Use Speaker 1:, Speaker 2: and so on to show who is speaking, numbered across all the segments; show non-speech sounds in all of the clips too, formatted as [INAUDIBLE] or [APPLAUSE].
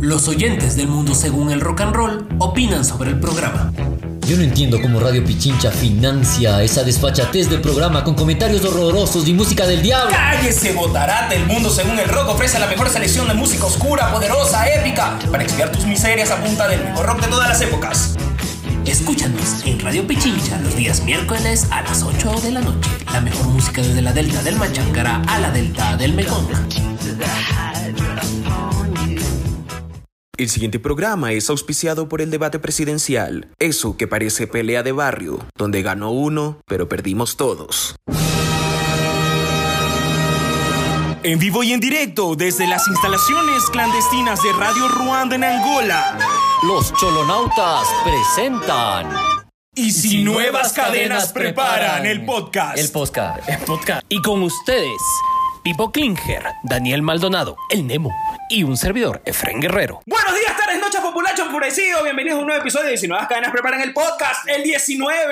Speaker 1: Los oyentes del mundo según el rock and roll opinan sobre el programa.
Speaker 2: Yo no entiendo cómo Radio Pichincha financia esa desfachatez del programa con comentarios horrorosos y música del diablo.
Speaker 3: ¡Cállese, botarate! El mundo, según el rock, ofrece la mejor selección de música oscura, poderosa, épica, para expiar tus miserias a punta del mejor rock de todas las épocas.
Speaker 1: Escúchanos en Radio Pichincha los días miércoles a las 8 de la noche. La mejor música desde la delta del Machancara a la delta del Mekong.
Speaker 4: El siguiente programa es auspiciado por el debate presidencial, eso que parece pelea de barrio, donde ganó uno, pero perdimos todos.
Speaker 5: En vivo y en directo desde las instalaciones clandestinas de Radio Ruanda en Angola.
Speaker 2: Los cholonautas presentan.
Speaker 5: Y si, si nuevas, nuevas cadenas, cadenas preparan el podcast.
Speaker 2: El podcast.
Speaker 6: El podcast. Y con ustedes, Pipo Klinger, Daniel Maldonado, el Nemo y un servidor, Efren Guerrero.
Speaker 3: Buenos días, tardes, noches, populacho enfurecido. Bienvenidos a un nuevo episodio de 19 Cadenas Preparan el Podcast, el 19.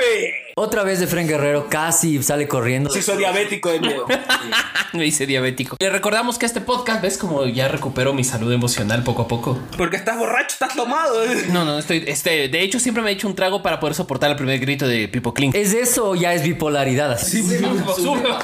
Speaker 2: Otra vez Efren Guerrero casi sale corriendo.
Speaker 3: Sí, soy diabético de miedo.
Speaker 6: [LAUGHS] Me dice diabético. Le recordamos que este podcast, ves como ya recupero mi salud emocional poco a poco.
Speaker 3: Porque estás borracho, estás tomado.
Speaker 6: No, no, estoy. Este, de hecho, siempre me he hecho un trago para poder soportar el primer grito de Pipo Clink.
Speaker 2: ¿Es eso o ya es bipolaridad?
Speaker 6: Sí, sí, [LAUGHS]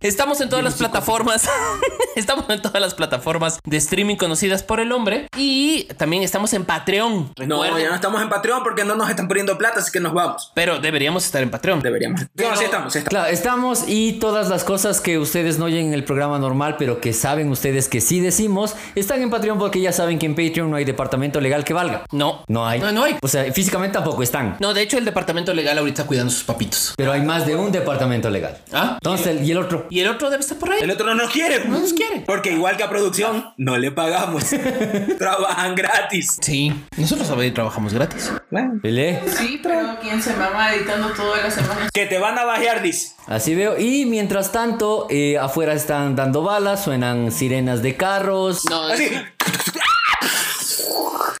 Speaker 6: Estamos en todas las plataformas. [LAUGHS] Estamos en todas las plataformas de streaming conocidas por el hombre. Y también estamos en Patreon.
Speaker 3: No, ya no estamos en Patreon porque no nos están poniendo plata, así que nos vamos.
Speaker 6: Pero deberíamos estar en Patreon.
Speaker 3: Deberíamos. Pero, no, sí estamos, sí estamos.
Speaker 2: Claro, estamos y todas las cosas que ustedes no oyen en el programa normal, pero que saben ustedes que sí decimos, están en Patreon porque ya saben que en Patreon no hay departamento legal que valga.
Speaker 6: No.
Speaker 2: No hay.
Speaker 6: No, no hay.
Speaker 2: O sea, físicamente tampoco están.
Speaker 6: No, de hecho el departamento legal ahorita está cuidando sus papitos.
Speaker 2: Pero hay más de un departamento legal.
Speaker 6: Ah.
Speaker 2: Entonces, ¿y el otro?
Speaker 6: ¿Y el otro debe estar por ahí?
Speaker 3: El otro no nos quiere.
Speaker 6: No nos quiere.
Speaker 3: Porque igual que a producción, no le [LAUGHS] pagamos. Trabajan gratis.
Speaker 6: Sí, nosotros a ver, trabajamos gratis.
Speaker 2: Bueno.
Speaker 7: Sí, pero quien se mama editando todas las semanas.
Speaker 3: Que te van a bajear, dice.
Speaker 2: Así veo. Y mientras tanto, eh, afuera están dando balas, suenan sirenas de carros.
Speaker 6: No,
Speaker 3: Así.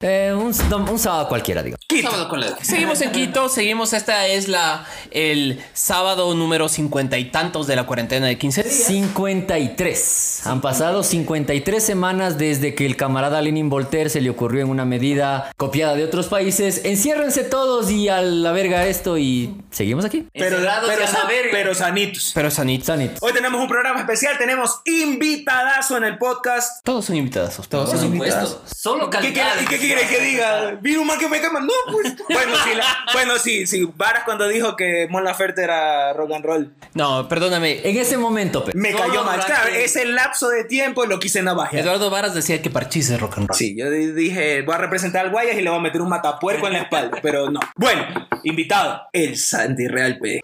Speaker 2: Eh, un, un, sábado cualquiera, digo.
Speaker 3: Quito.
Speaker 6: Sábado con la... Seguimos en Quito, seguimos. Esta es la el sábado número cincuenta y tantos de la cuarentena de 15 días.
Speaker 2: 53. Han pasado 53 semanas desde que el camarada Lenin Voltaire se le ocurrió en una medida copiada de otros países. Enciérrense todos y a la verga esto y seguimos aquí.
Speaker 3: Pero, pero, san, pero sanitos.
Speaker 6: Pero sanitos.
Speaker 2: sanitos.
Speaker 3: Hoy tenemos un programa especial, tenemos invitadazo en el podcast.
Speaker 6: Todos son invitadazos, todos
Speaker 3: Por
Speaker 6: son
Speaker 3: supuesto.
Speaker 6: invitadazos.
Speaker 3: Solo calidad. ¿Qué, qué, qué, que diga, vino más que me quema. No,
Speaker 6: [LAUGHS]
Speaker 3: pues. bueno, sí, la, bueno, sí, sí. Varas cuando dijo que Mon Laferte era rock and roll.
Speaker 6: No, perdóname.
Speaker 2: En ese momento, pe.
Speaker 3: Me
Speaker 6: No,
Speaker 3: cayó
Speaker 6: no,
Speaker 3: mal.
Speaker 6: Varas,
Speaker 3: Claro,
Speaker 6: que-
Speaker 3: ese lapso de tiempo lo quise navajear.
Speaker 6: Eduardo Varas decía que Parchís es rock and [LAUGHS] roll.
Speaker 3: Sí, yo di- dije, voy a representar al Guayas y le voy a meter un matapuerco en la espalda, pero no. Bueno, invitado, el Santi Real,
Speaker 6: [LAUGHS]
Speaker 3: pe.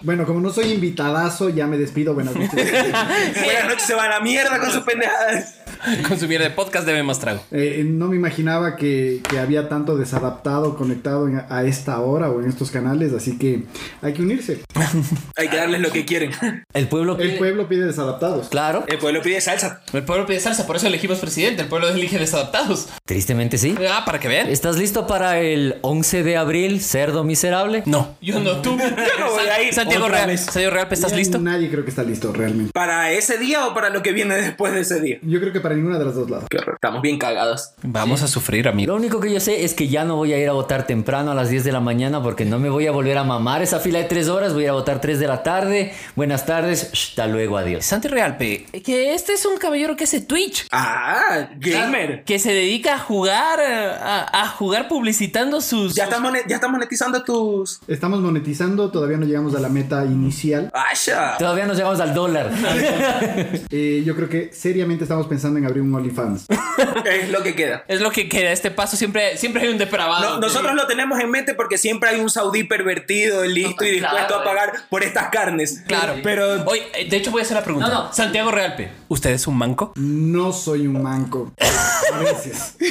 Speaker 8: Bueno, como no soy invitadazo, ya me despido.
Speaker 6: [LAUGHS]
Speaker 8: Buenas noches. Eh,
Speaker 3: Buenas noches, se va a la mierda con sus pendejadas.
Speaker 6: Consumir de podcast debe más trago.
Speaker 8: Eh, no me imaginaba que, que había tanto desadaptado conectado en- a esta hora o en estos canales, así que hay que unirse.
Speaker 3: Hay que darles lo que quieren.
Speaker 2: El pueblo.
Speaker 8: El pueblo pide desadaptados.
Speaker 2: Claro,
Speaker 3: El pueblo pide salsa.
Speaker 6: El pueblo pide salsa, por eso elegimos presidente. El pueblo elige desadaptados.
Speaker 2: tristemente sí.
Speaker 6: Ah, para que vean.
Speaker 2: ¿Estás listo para el 11 de abril, cerdo miserable?
Speaker 6: No. [LAUGHS] Yo no, tú. Yo
Speaker 3: no voy a ir
Speaker 6: Santiago
Speaker 3: otra
Speaker 6: Real.
Speaker 3: vez.
Speaker 6: Santiago Real, ¿estás
Speaker 8: Ya
Speaker 6: listo?
Speaker 8: Nadie creo que está listo realmente.
Speaker 3: ¿Para ese día o para lo que viene después de ese día?
Speaker 8: Yo creo que para ninguna de las dos lados.
Speaker 3: Qué horror. Estamos bien cagados.
Speaker 6: Vamos a sufrir, amigo.
Speaker 2: Lo único que yo sé es que ya no voy a ir a votar temprano a las 10 de la mañana porque no me voy a volver a mamar esa fila de 3 horas. Voy a ir a votar 3 de la tarde. Buenas tardes. Hasta luego. Adiós.
Speaker 6: Santi Realpe, que este es un caballero que hace Twitch.
Speaker 3: Ah, gamer.
Speaker 6: Que se dedica a jugar, eh, a, a jugar publicitando sus...
Speaker 3: Ya estás, mone- ya estás monetizando tus.
Speaker 8: Estamos monetizando, todavía no llegamos a la meta inicial.
Speaker 3: ¡Asha!
Speaker 2: Todavía nos llegamos al dólar.
Speaker 8: Eh, yo creo que seriamente estamos pensando en abrir un OnlyFans.
Speaker 3: Es lo que queda.
Speaker 6: Es lo que queda, este paso siempre, siempre hay un depravado.
Speaker 3: No, nosotros lo tenemos en mente porque siempre hay un saudí pervertido, listo y
Speaker 7: Claro,
Speaker 3: dispuesto a
Speaker 7: eh.
Speaker 3: pagar por estas carnes.
Speaker 6: Claro,
Speaker 3: Pero
Speaker 6: Oye, eh, de hecho voy a hacer la pregunta.
Speaker 7: No, no.
Speaker 6: Santiago Realpe, ¿usted es un manco?
Speaker 8: No soy un manco. A veces. [LAUGHS]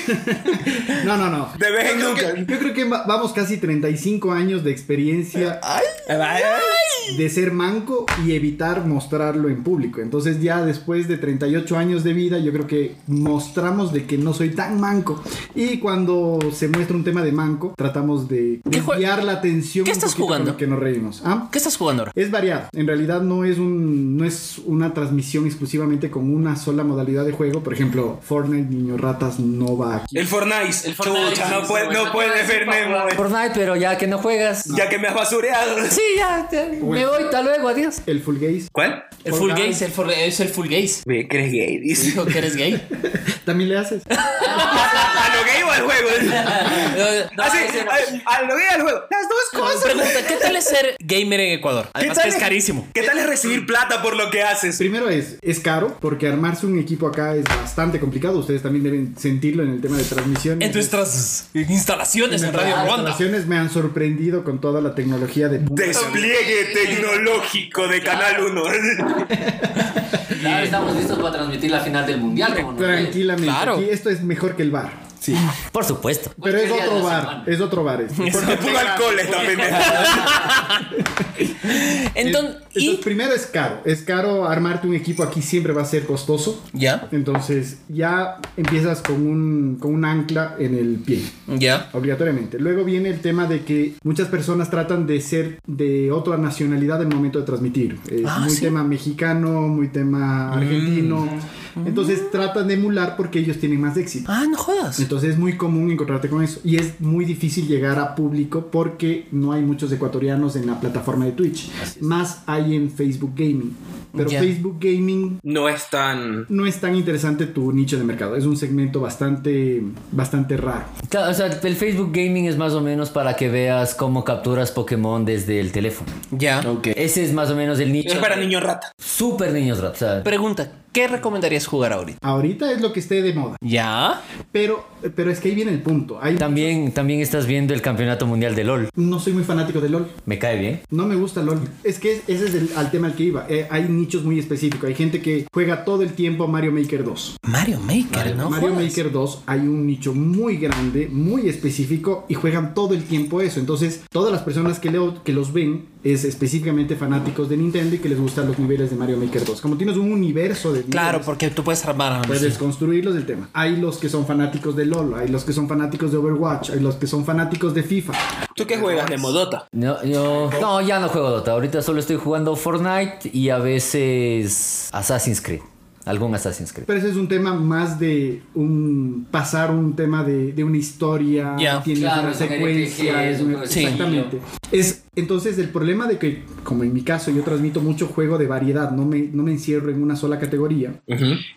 Speaker 8: No, no, no.
Speaker 3: de vez en nunca.
Speaker 8: Yo creo que va- vamos casi 35 años de experiencia
Speaker 3: Ay, ay,
Speaker 8: de ser manco y evitar mostrarlo en público. Entonces ya después de 38 años de vida yo creo que mostramos de que no soy tan manco. Y cuando se muestra un tema de manco, tratamos de
Speaker 6: ¿Qué jue-
Speaker 8: desviar la atención.
Speaker 6: ¿Qué
Speaker 8: un
Speaker 6: estás
Speaker 8: poquito
Speaker 6: jugando?
Speaker 8: con lo Que nos reímos. ¿Ah?
Speaker 6: ¿Qué estás jugando ahora?
Speaker 8: Es variado. En realidad no es un no es una transmisión exclusivamente con una sola modalidad de juego. Por ejemplo, Fortnite Niño Ratas no va aquí.
Speaker 3: El Fortnite. El
Speaker 6: Fortnite,
Speaker 3: Chucha, no
Speaker 6: sí,
Speaker 3: puede,
Speaker 6: sí,
Speaker 3: no
Speaker 6: sí.
Speaker 3: puede ver Nemo, eh.
Speaker 2: Fortnite, pero ya que no juegas.
Speaker 3: Ya que me has basureado.
Speaker 2: Sí, ya, ya, me voy, hasta luego, adiós.
Speaker 8: El Full Gaze. Ah,
Speaker 3: ¿Cuál?
Speaker 6: El
Speaker 8: Fall
Speaker 6: full
Speaker 8: Guys.
Speaker 6: gays, el full- es el full gays.
Speaker 3: Ve, que eres gay, dice.
Speaker 6: Dijo que eres [LAUGHS] gay.
Speaker 8: También le haces.
Speaker 3: A lo gay o al [LAUGHS] juego.
Speaker 6: No,
Speaker 3: Así,
Speaker 6: ese no.
Speaker 3: a, a lo gay o al juego. Las dos cosas.
Speaker 6: Pregunta, ¿qué tal es ser gamer en Ecuador? Además que es carísimo.
Speaker 3: ¿Qué tal es recibir plata por lo que haces?
Speaker 8: Primero es, es caro, porque armarse un equipo acá es bastante complicado. Ustedes también deben sentirlo en el tema de transmisiones.
Speaker 6: En nuestras instalaciones en Radio
Speaker 8: Las
Speaker 6: Ruanda.
Speaker 8: instalaciones me han sorprendido con toda la tecnología de
Speaker 3: Despliegue tecnológico de Canal 1.
Speaker 2: Ya estamos listos para transmitir la final del mundial, como nos ven.
Speaker 8: tranquilamente.
Speaker 6: Claro.
Speaker 8: Aquí esto es mejor que el bar. Sí.
Speaker 2: Por supuesto.
Speaker 8: Pero es
Speaker 2: Cualquier día de
Speaker 8: otro
Speaker 2: la
Speaker 8: bar.
Speaker 2: semana.
Speaker 8: Es otro bar. este.
Speaker 3: Porque puro alcohol esta pendeja.
Speaker 6: Entonces,
Speaker 8: Entonces,
Speaker 6: y
Speaker 8: primero es caro. Es caro armarte un equipo aquí, siempre va a ser costoso.
Speaker 6: ya,
Speaker 8: Entonces, ya empiezas con un, con un ancla en el pie.
Speaker 6: ya.
Speaker 8: Obligatoriamente. Luego viene el tema de que muchas personas tratan de ser de otra nacionalidad en el momento de transmitir. Es
Speaker 6: Ah,
Speaker 8: muy
Speaker 6: sí. Mm.
Speaker 8: tema mexicano, muy tema argentino. Entonces tratan de emular porque ellos tienen más éxito.
Speaker 6: Ah, no jodas.
Speaker 8: Entonces es muy común encontrarte con eso. Y es muy difícil llegar a público porque no hay muchos ecuatorianos en la plataforma de Twitch. Más hay en Facebook Gaming. Pero
Speaker 6: Ya.
Speaker 8: Facebook Gaming
Speaker 3: No es tan.
Speaker 8: no es tan interesante tu nicho de mercado. Es un segmento bastante, bastante raro.
Speaker 2: Claro, o sea, el Facebook Gaming es más o menos para que veas cómo capturas Pokémon desde el teléfono.
Speaker 6: Ya.
Speaker 2: Ese es más o menos el nicho.
Speaker 3: Es para niños rata.
Speaker 2: Super niños rap. O sea,
Speaker 6: Pregunta, ¿qué recomendarías jugar ahorita?
Speaker 8: Ahorita es lo que esté de moda.
Speaker 6: Ya.
Speaker 8: Pero, pero es que ahí viene el punto. Ahí
Speaker 2: también, también estás viendo el campeonato mundial de LOL.
Speaker 8: no soy muy fanático de LOL.
Speaker 2: Me cae bien.
Speaker 8: No me gusta LOL. Es que ese es el al tema al que iba. Eh, hay nichos muy específicos. Hay gente que juega todo el tiempo Mario Maker 2.
Speaker 6: Mario Maker, ¿no?
Speaker 8: Mario
Speaker 6: jodas.
Speaker 8: Maker 2 hay un nicho muy grande, muy específico y juegan todo el tiempo eso. Entonces, todas las personas que leo que los ven es específicamente fanáticos de Nintendo y que les gustan los niveles de Mario Maker 2. Como tienes un universo de
Speaker 6: Claro,
Speaker 8: niveles,
Speaker 6: porque tú puedes armar a
Speaker 8: Puedes construirlos del tema. Hay los que son fanáticos de LOL, hay los que son fanáticos de Overwatch, hay los que son fanáticos de FIFA.
Speaker 3: ¿Tú qué juegas de modota?
Speaker 2: No, yo, no, ya no juego Dota. Ahorita solo estoy jugando Fortnite y a veces Assassin's Creed. Algún Assassin's Creed.
Speaker 8: Pero ese es un tema más de un pasar un tema de, de una historia,
Speaker 6: Ya.
Speaker 8: tienes
Speaker 2: Claro,
Speaker 8: una
Speaker 2: es un
Speaker 8: secuencia,
Speaker 2: RPG,
Speaker 8: es una-
Speaker 2: es un
Speaker 6: Sí.
Speaker 8: exactamente. Es entonces el problema de que, como en mi caso, yo transmito mucho juego de variedad, no me, no me encierro en una sola categoría.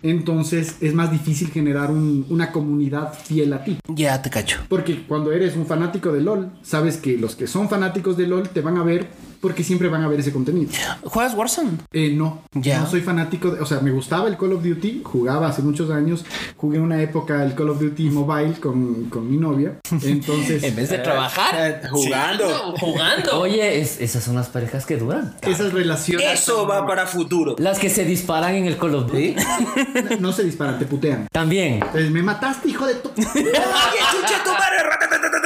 Speaker 8: Entonces es más difícil generar un- una comunidad fiel a ti.
Speaker 6: Ya te cacho.
Speaker 8: Porque cuando eres un fanático de LOL, sabes que los que son fanáticos de LOL te van a ver porque siempre van a ver ese contenido.
Speaker 6: ¿Juegas Warzone?
Speaker 8: Eh, no,
Speaker 6: Ya.
Speaker 8: no soy fanático, de- o sea, me gustaba el Call of Duty, jugaba hace muchos años, jugué una época el Call of Duty Mobile con, con
Speaker 6: [LAUGHS]
Speaker 8: mi novia, entonces...
Speaker 6: En vez de trabajar.
Speaker 8: eh,
Speaker 3: Jugando.
Speaker 6: Jugando.
Speaker 2: Oye, es- esas son las parejas que duran.
Speaker 8: Esas relaciones
Speaker 3: Eso va para futuro.
Speaker 2: Las que se disparan en el Call of Duty.
Speaker 8: [LAUGHS] no se disparan, te putean.
Speaker 2: También.
Speaker 8: Entonces, me mataste, hijo de
Speaker 6: [LAUGHS]
Speaker 3: [LAUGHS]
Speaker 8: tu...
Speaker 3: ¡Oye, chucha tu madre! ratatatatata!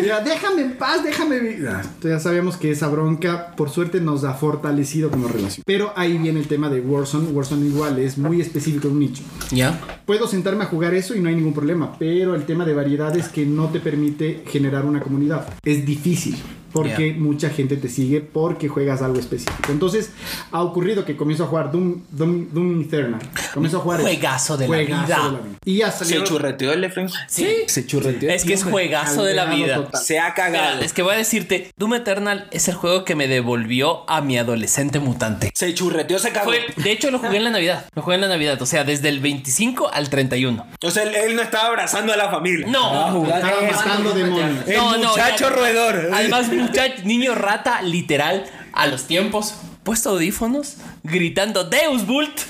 Speaker 8: Mira, déjame en paz, déjame vivir. Ah, Entonces ya sabíamos que esa bronca, por suerte, nos ha fortalecido como relación. Pero ahí viene el tema de Warzone. Warzone igual es muy específico, un nicho.
Speaker 6: [LAUGHS] Ya.
Speaker 8: Puedo sentarme a jugar eso y no hay ningún problema, pero el tema de variedad es que no te permite generar una comunidad. Es difícil porque mucha gente te sigue porque juegas algo específico. Entonces, ha ocurrido que comienzo a jugar Doom, Doom, Doom Eternal. Comienzo a jugar eso.
Speaker 6: Juegazo de la vida.
Speaker 8: Y ya
Speaker 3: Se
Speaker 8: salió
Speaker 3: churreteó el Efraín.
Speaker 6: Sí.
Speaker 3: Se churreteó.
Speaker 6: Es que es juegazo de la vida.
Speaker 3: Se ha
Speaker 6: Mira,
Speaker 3: cagado.
Speaker 6: Es que voy a decirte, Doom Eternal es el juego que me devolvió a mi adolescente mutante.
Speaker 3: Se churreteó, se cagó.
Speaker 6: Fue- de hecho, lo jugué en la Navidad. Lo jugué en la Navidad, o sea, desde el 25 al 31.
Speaker 3: O sea, él, él no estaba abrazando a la
Speaker 8: Ah,
Speaker 3: familia.
Speaker 6: No,
Speaker 8: Estaba matando demonios.
Speaker 3: El
Speaker 6: No, no,
Speaker 3: muchacho
Speaker 6: ya-
Speaker 3: roedor.
Speaker 6: Además, muchacho, niño rata, literal, a los tiempos, puesto audífonos, gritando Deus Bult.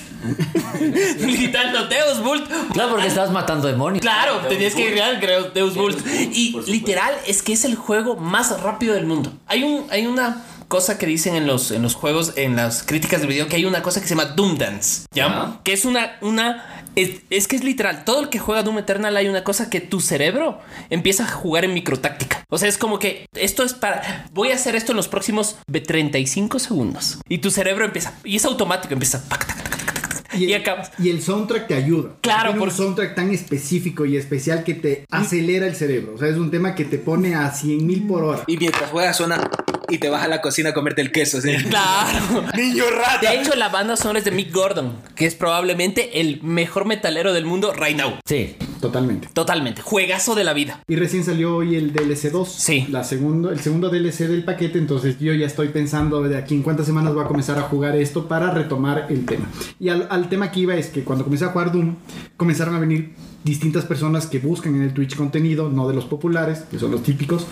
Speaker 6: [LAUGHS] gritando Deus Bult.
Speaker 2: Claro, porque estás matando demonios.
Speaker 6: Claro, tenías que gritar creo, Deus Bult. Y literal, es que es el juego más rápido del mundo. Hay, un, hay una cosa que dicen en los, en los juegos, en las críticas del video, que hay una cosa que se llama Doom Dance, ¿ya? Que es una, una Es, es que es literal. Todo el que juega Doom Eternal hay una cosa que tu cerebro empieza a jugar en microtáctica. O sea, es como que esto es para. Voy a hacer esto en los próximos ve- 35 segundos. Y tu cerebro empieza. Y es automático, empieza. pac, tac, tac, tac, tac, tac, y acabas.
Speaker 8: y el soundtrack te ayuda.
Speaker 6: Claro,
Speaker 8: Tiene
Speaker 6: por-
Speaker 8: un soundtrack tan específico y especial que te acelera el cerebro. O sea, es un tema que te pone a 100 mil por hora.
Speaker 3: Y mientras juegas suena y te vas a la cocina a comerte el queso. así.
Speaker 6: [LAUGHS] Claro.
Speaker 3: Niño rata.
Speaker 6: De hecho, la banda sonora es de Mick Gordon, que es probablemente el mejor metalero del mundo right now.
Speaker 2: Sí.
Speaker 8: Totalmente.
Speaker 6: Totalmente. Juegazo de la vida.
Speaker 8: Y recién salió hoy el DLC 2.
Speaker 6: Sí.
Speaker 8: La segundo, el segundo DLC del paquete. Entonces yo ya estoy pensando de aquí en cuántas semanas voy a comenzar a jugar esto para retomar el tema. Y al, al tema que iba es que cuando comencé a jugar Doom, comenzaron a venir distintas personas que buscan en el Twitch contenido, no de los populares, que son los típicos,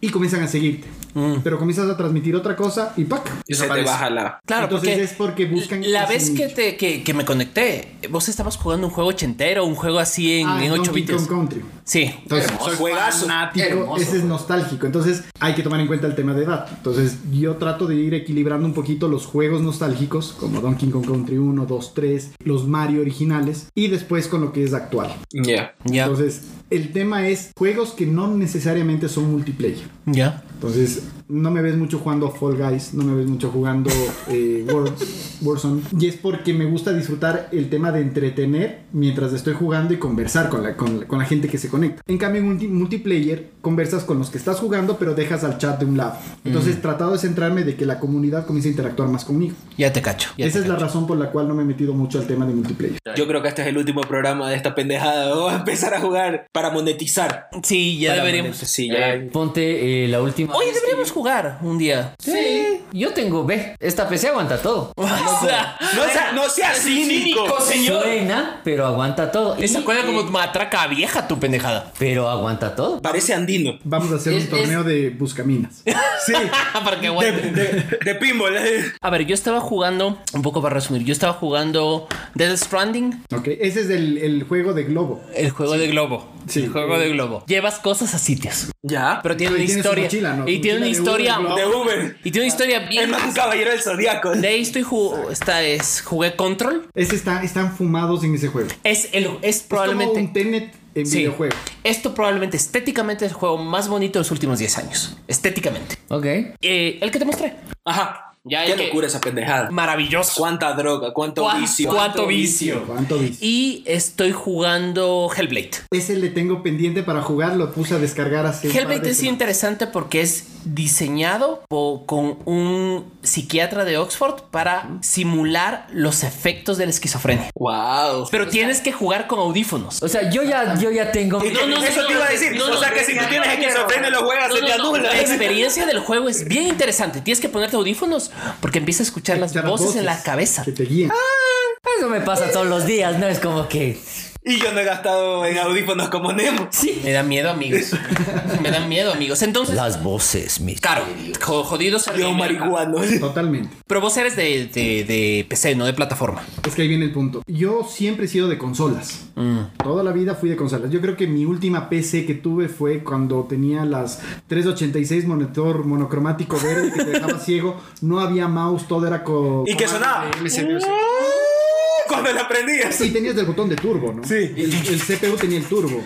Speaker 8: y comienzan a seguirte. Pero comienzas a transmitir otra cosa y ¡pac!
Speaker 3: Se te baja la.
Speaker 6: Claro,
Speaker 8: Entonces
Speaker 6: porque
Speaker 8: es porque buscan
Speaker 6: La
Speaker 8: ese
Speaker 6: vez que,
Speaker 8: nicho.
Speaker 6: te, que, que me conecté, vos estabas jugando un juego ochentero, un juego así en,
Speaker 8: Ah,
Speaker 6: en 8
Speaker 8: Donkey
Speaker 6: bits.
Speaker 8: Kong Country.
Speaker 6: Sí.
Speaker 8: Entonces,
Speaker 3: Soy juegazo.
Speaker 8: fanático,
Speaker 2: Hermoso,
Speaker 8: ese es
Speaker 2: güey.
Speaker 8: nostálgico. Entonces, hay que tomar en cuenta el tema de edad. Entonces, yo trato de ir equilibrando un poquito los juegos nostálgicos, como Donkey Kong Country 1, 2, 3, los Mario originales, y después con lo que es actual.
Speaker 3: Ya.
Speaker 6: Ya.
Speaker 8: Entonces, el tema es juegos que no necesariamente son multiplayer.
Speaker 6: Ya.
Speaker 8: Entonces, no me ves mucho jugando Fall Guys, no me ves mucho jugando eh, War- Warzone. Y es porque me gusta disfrutar el tema de entretener mientras estoy jugando y conversar con la, con, la- con la gente que se conecta. En cambio, en multi- multiplayer, conversas con los que estás jugando, pero dejas al chat de un lado. Entonces, he tratado de centrarme de que la comunidad comience a interactuar más conmigo.
Speaker 6: Ya te cacho. ya
Speaker 8: Esa
Speaker 6: te
Speaker 8: es la
Speaker 6: cacho.
Speaker 8: razón por la cual no me he metido mucho al tema de multiplayer.
Speaker 3: Yo creo que este es el último programa de esta pendejada. Vamos a empezar a jugar para monetizar.
Speaker 6: Sí, ya
Speaker 3: Para
Speaker 6: deberíamos.
Speaker 3: monet- Sí, ya.
Speaker 2: Ponte eh, la última.
Speaker 6: Oye, deberíamos jugar un día.
Speaker 2: Sí. Yo tengo B. Esta PC aguanta todo.
Speaker 6: [LAUGHS] O sea,
Speaker 3: No sea, no sea cínico.
Speaker 2: Suena, pero aguanta todo. Y,
Speaker 6: esa cuela como
Speaker 2: eh,
Speaker 6: matraca vieja, tu pendejada. [LAUGHS]
Speaker 2: Pero aguanta todo.
Speaker 3: Parece andino.
Speaker 8: Vamos a hacer
Speaker 2: Es-
Speaker 8: un torneo de buscaminas.
Speaker 3: Sí.
Speaker 6: Para que
Speaker 3: De,
Speaker 6: aguante.
Speaker 3: de, de pinball.
Speaker 6: A ver, yo estaba jugando, un poco para resumir, yo estaba jugando Dead Stranding,
Speaker 8: ¿ok? Ese es el, el juego de globo.
Speaker 6: el juego de globo.
Speaker 8: Sí.
Speaker 6: El juego de globo. Llevas cosas a sitios,
Speaker 3: Ya.
Speaker 6: pero tiene
Speaker 8: Y
Speaker 6: una
Speaker 8: tiene su
Speaker 6: historia.
Speaker 8: mochila, ¿no?
Speaker 6: Y
Speaker 8: Su
Speaker 6: tiene una
Speaker 8: mochila de
Speaker 6: historia.
Speaker 8: Uber,
Speaker 3: De Uber.
Speaker 6: Y tiene una historia
Speaker 3: Es
Speaker 6: bien.
Speaker 3: más un caballero del zodiaco.
Speaker 6: De ahí estoy jugando. Esta es. Jugué Control.
Speaker 8: Ese está, están fumados en ese juego.
Speaker 6: Es, el, es
Speaker 8: Es
Speaker 6: probablemente.
Speaker 8: como un Tenet en
Speaker 6: Sí.
Speaker 8: videojuego.
Speaker 6: Esto probablemente estéticamente es el juego más bonito de los últimos 10 años. Estéticamente.
Speaker 2: Ok.
Speaker 6: Eh, el que te mostré.
Speaker 3: Ajá.
Speaker 6: Ya,
Speaker 3: Qué
Speaker 6: es que-
Speaker 3: locura esa pendejada.
Speaker 6: Maravilloso.
Speaker 3: Cuánta droga, cuánto
Speaker 6: Cuán-
Speaker 3: vicio.
Speaker 6: cuánto vicio.
Speaker 8: ¿Cuánto dice?
Speaker 6: Y estoy jugando Hellblade.
Speaker 8: Ese le tengo pendiente para jugar, lo puse a descargar hace. un par de
Speaker 6: Hellblade es
Speaker 8: semanas.
Speaker 6: interesante porque es diseñado po- con un psiquiatra de Oxford para simular los efectos de la esquizofrenia.
Speaker 3: Wow.
Speaker 6: Pero tienes que jugar con audífonos.
Speaker 2: O sea, yo ya, yo ya tengo.
Speaker 6: No, no,
Speaker 3: Eso
Speaker 6: no,
Speaker 3: te
Speaker 6: no,
Speaker 3: iba a
Speaker 6: no,
Speaker 3: decir.
Speaker 6: no,
Speaker 3: o
Speaker 6: no,
Speaker 3: sea que
Speaker 6: no,
Speaker 3: si
Speaker 6: no,
Speaker 3: tú tienes
Speaker 6: no,
Speaker 3: esquizofrenia y lo juegas,
Speaker 6: No,
Speaker 3: se
Speaker 6: no,
Speaker 3: te
Speaker 6: no.
Speaker 3: anula.
Speaker 6: La experiencia del juego es bien interesante. Tienes que ponerte audífonos porque empiezas a escuchar las
Speaker 8: Escuchar
Speaker 6: voces en la cabeza. Ah.
Speaker 8: Que te guían.
Speaker 2: Eso me pasa todos los días, ¿no? Es como que.
Speaker 3: Y yo no he gastado en audífonos como Nemo.
Speaker 6: Me da miedo, amigos. Me da miedo, amigos. Entonces,
Speaker 2: Las voces, mi.
Speaker 6: caro, jo- jodido ser
Speaker 3: Yo
Speaker 6: gamer.
Speaker 3: marihuano.
Speaker 8: Totalmente.
Speaker 6: Pero vos eres de, de- de PC, no de plataforma.
Speaker 8: Es que ahí viene el punto. Yo siempre he sido de consolas.
Speaker 6: Mm.
Speaker 8: Toda la vida fui de consolas. Yo creo que mi última PC que tuve fue cuando tenía las 386 monitor monocromático verde que te dejaba [LAUGHS] ciego. No había mouse, todo era con.
Speaker 3: Y que sonaba. Cuando la prendías.
Speaker 8: Y tenías el botón de turbo, ¿no? Sí. El, el CPU tenía el turbo.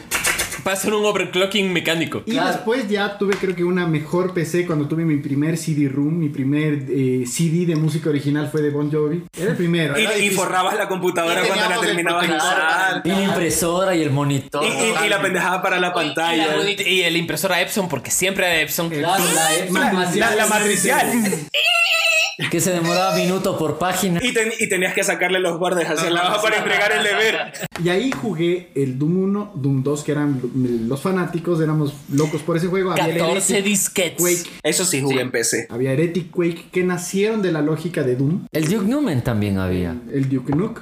Speaker 6: Para hacer un overclocking mecánico.
Speaker 8: Y después ya tuve creo que una mejor PC cuando tuve mi primer CD-ROOM, mi primer eh, CD de música original fue de Bon Jovi. Era el primero.
Speaker 3: Y,
Speaker 8: era
Speaker 3: y
Speaker 8: difícil.
Speaker 3: forrabas la computadora
Speaker 9: Y
Speaker 3: cuando la
Speaker 9: teníamos el
Speaker 3: terminabas de
Speaker 9: protector para
Speaker 3: usar.
Speaker 2: Y la impresora y el
Speaker 3: Y,
Speaker 2: monitor.
Speaker 3: y- y la pendejada para la
Speaker 6: Y
Speaker 3: pantalla.
Speaker 6: la bonita- Y la impresora Epson, porque siempre era Epson.
Speaker 2: La- la-
Speaker 3: La, la matricial.
Speaker 2: que se demoraba minuto por página.
Speaker 3: Y, ten- y tenías que sacarle los bordes hacia la baja para entregar el deber.
Speaker 8: Y ahí jugué el Doom 1, Doom 2, que eran los fanáticos, éramos locos por ese juego. Había el
Speaker 6: 14
Speaker 8: Heretic
Speaker 6: disquetes.
Speaker 8: Quake,
Speaker 3: Eso sí jugué en PC.
Speaker 8: había Heretic Quake, que nacieron de la lógica de Doom.
Speaker 2: El Duke Numen también había.
Speaker 8: El Duke Nuke,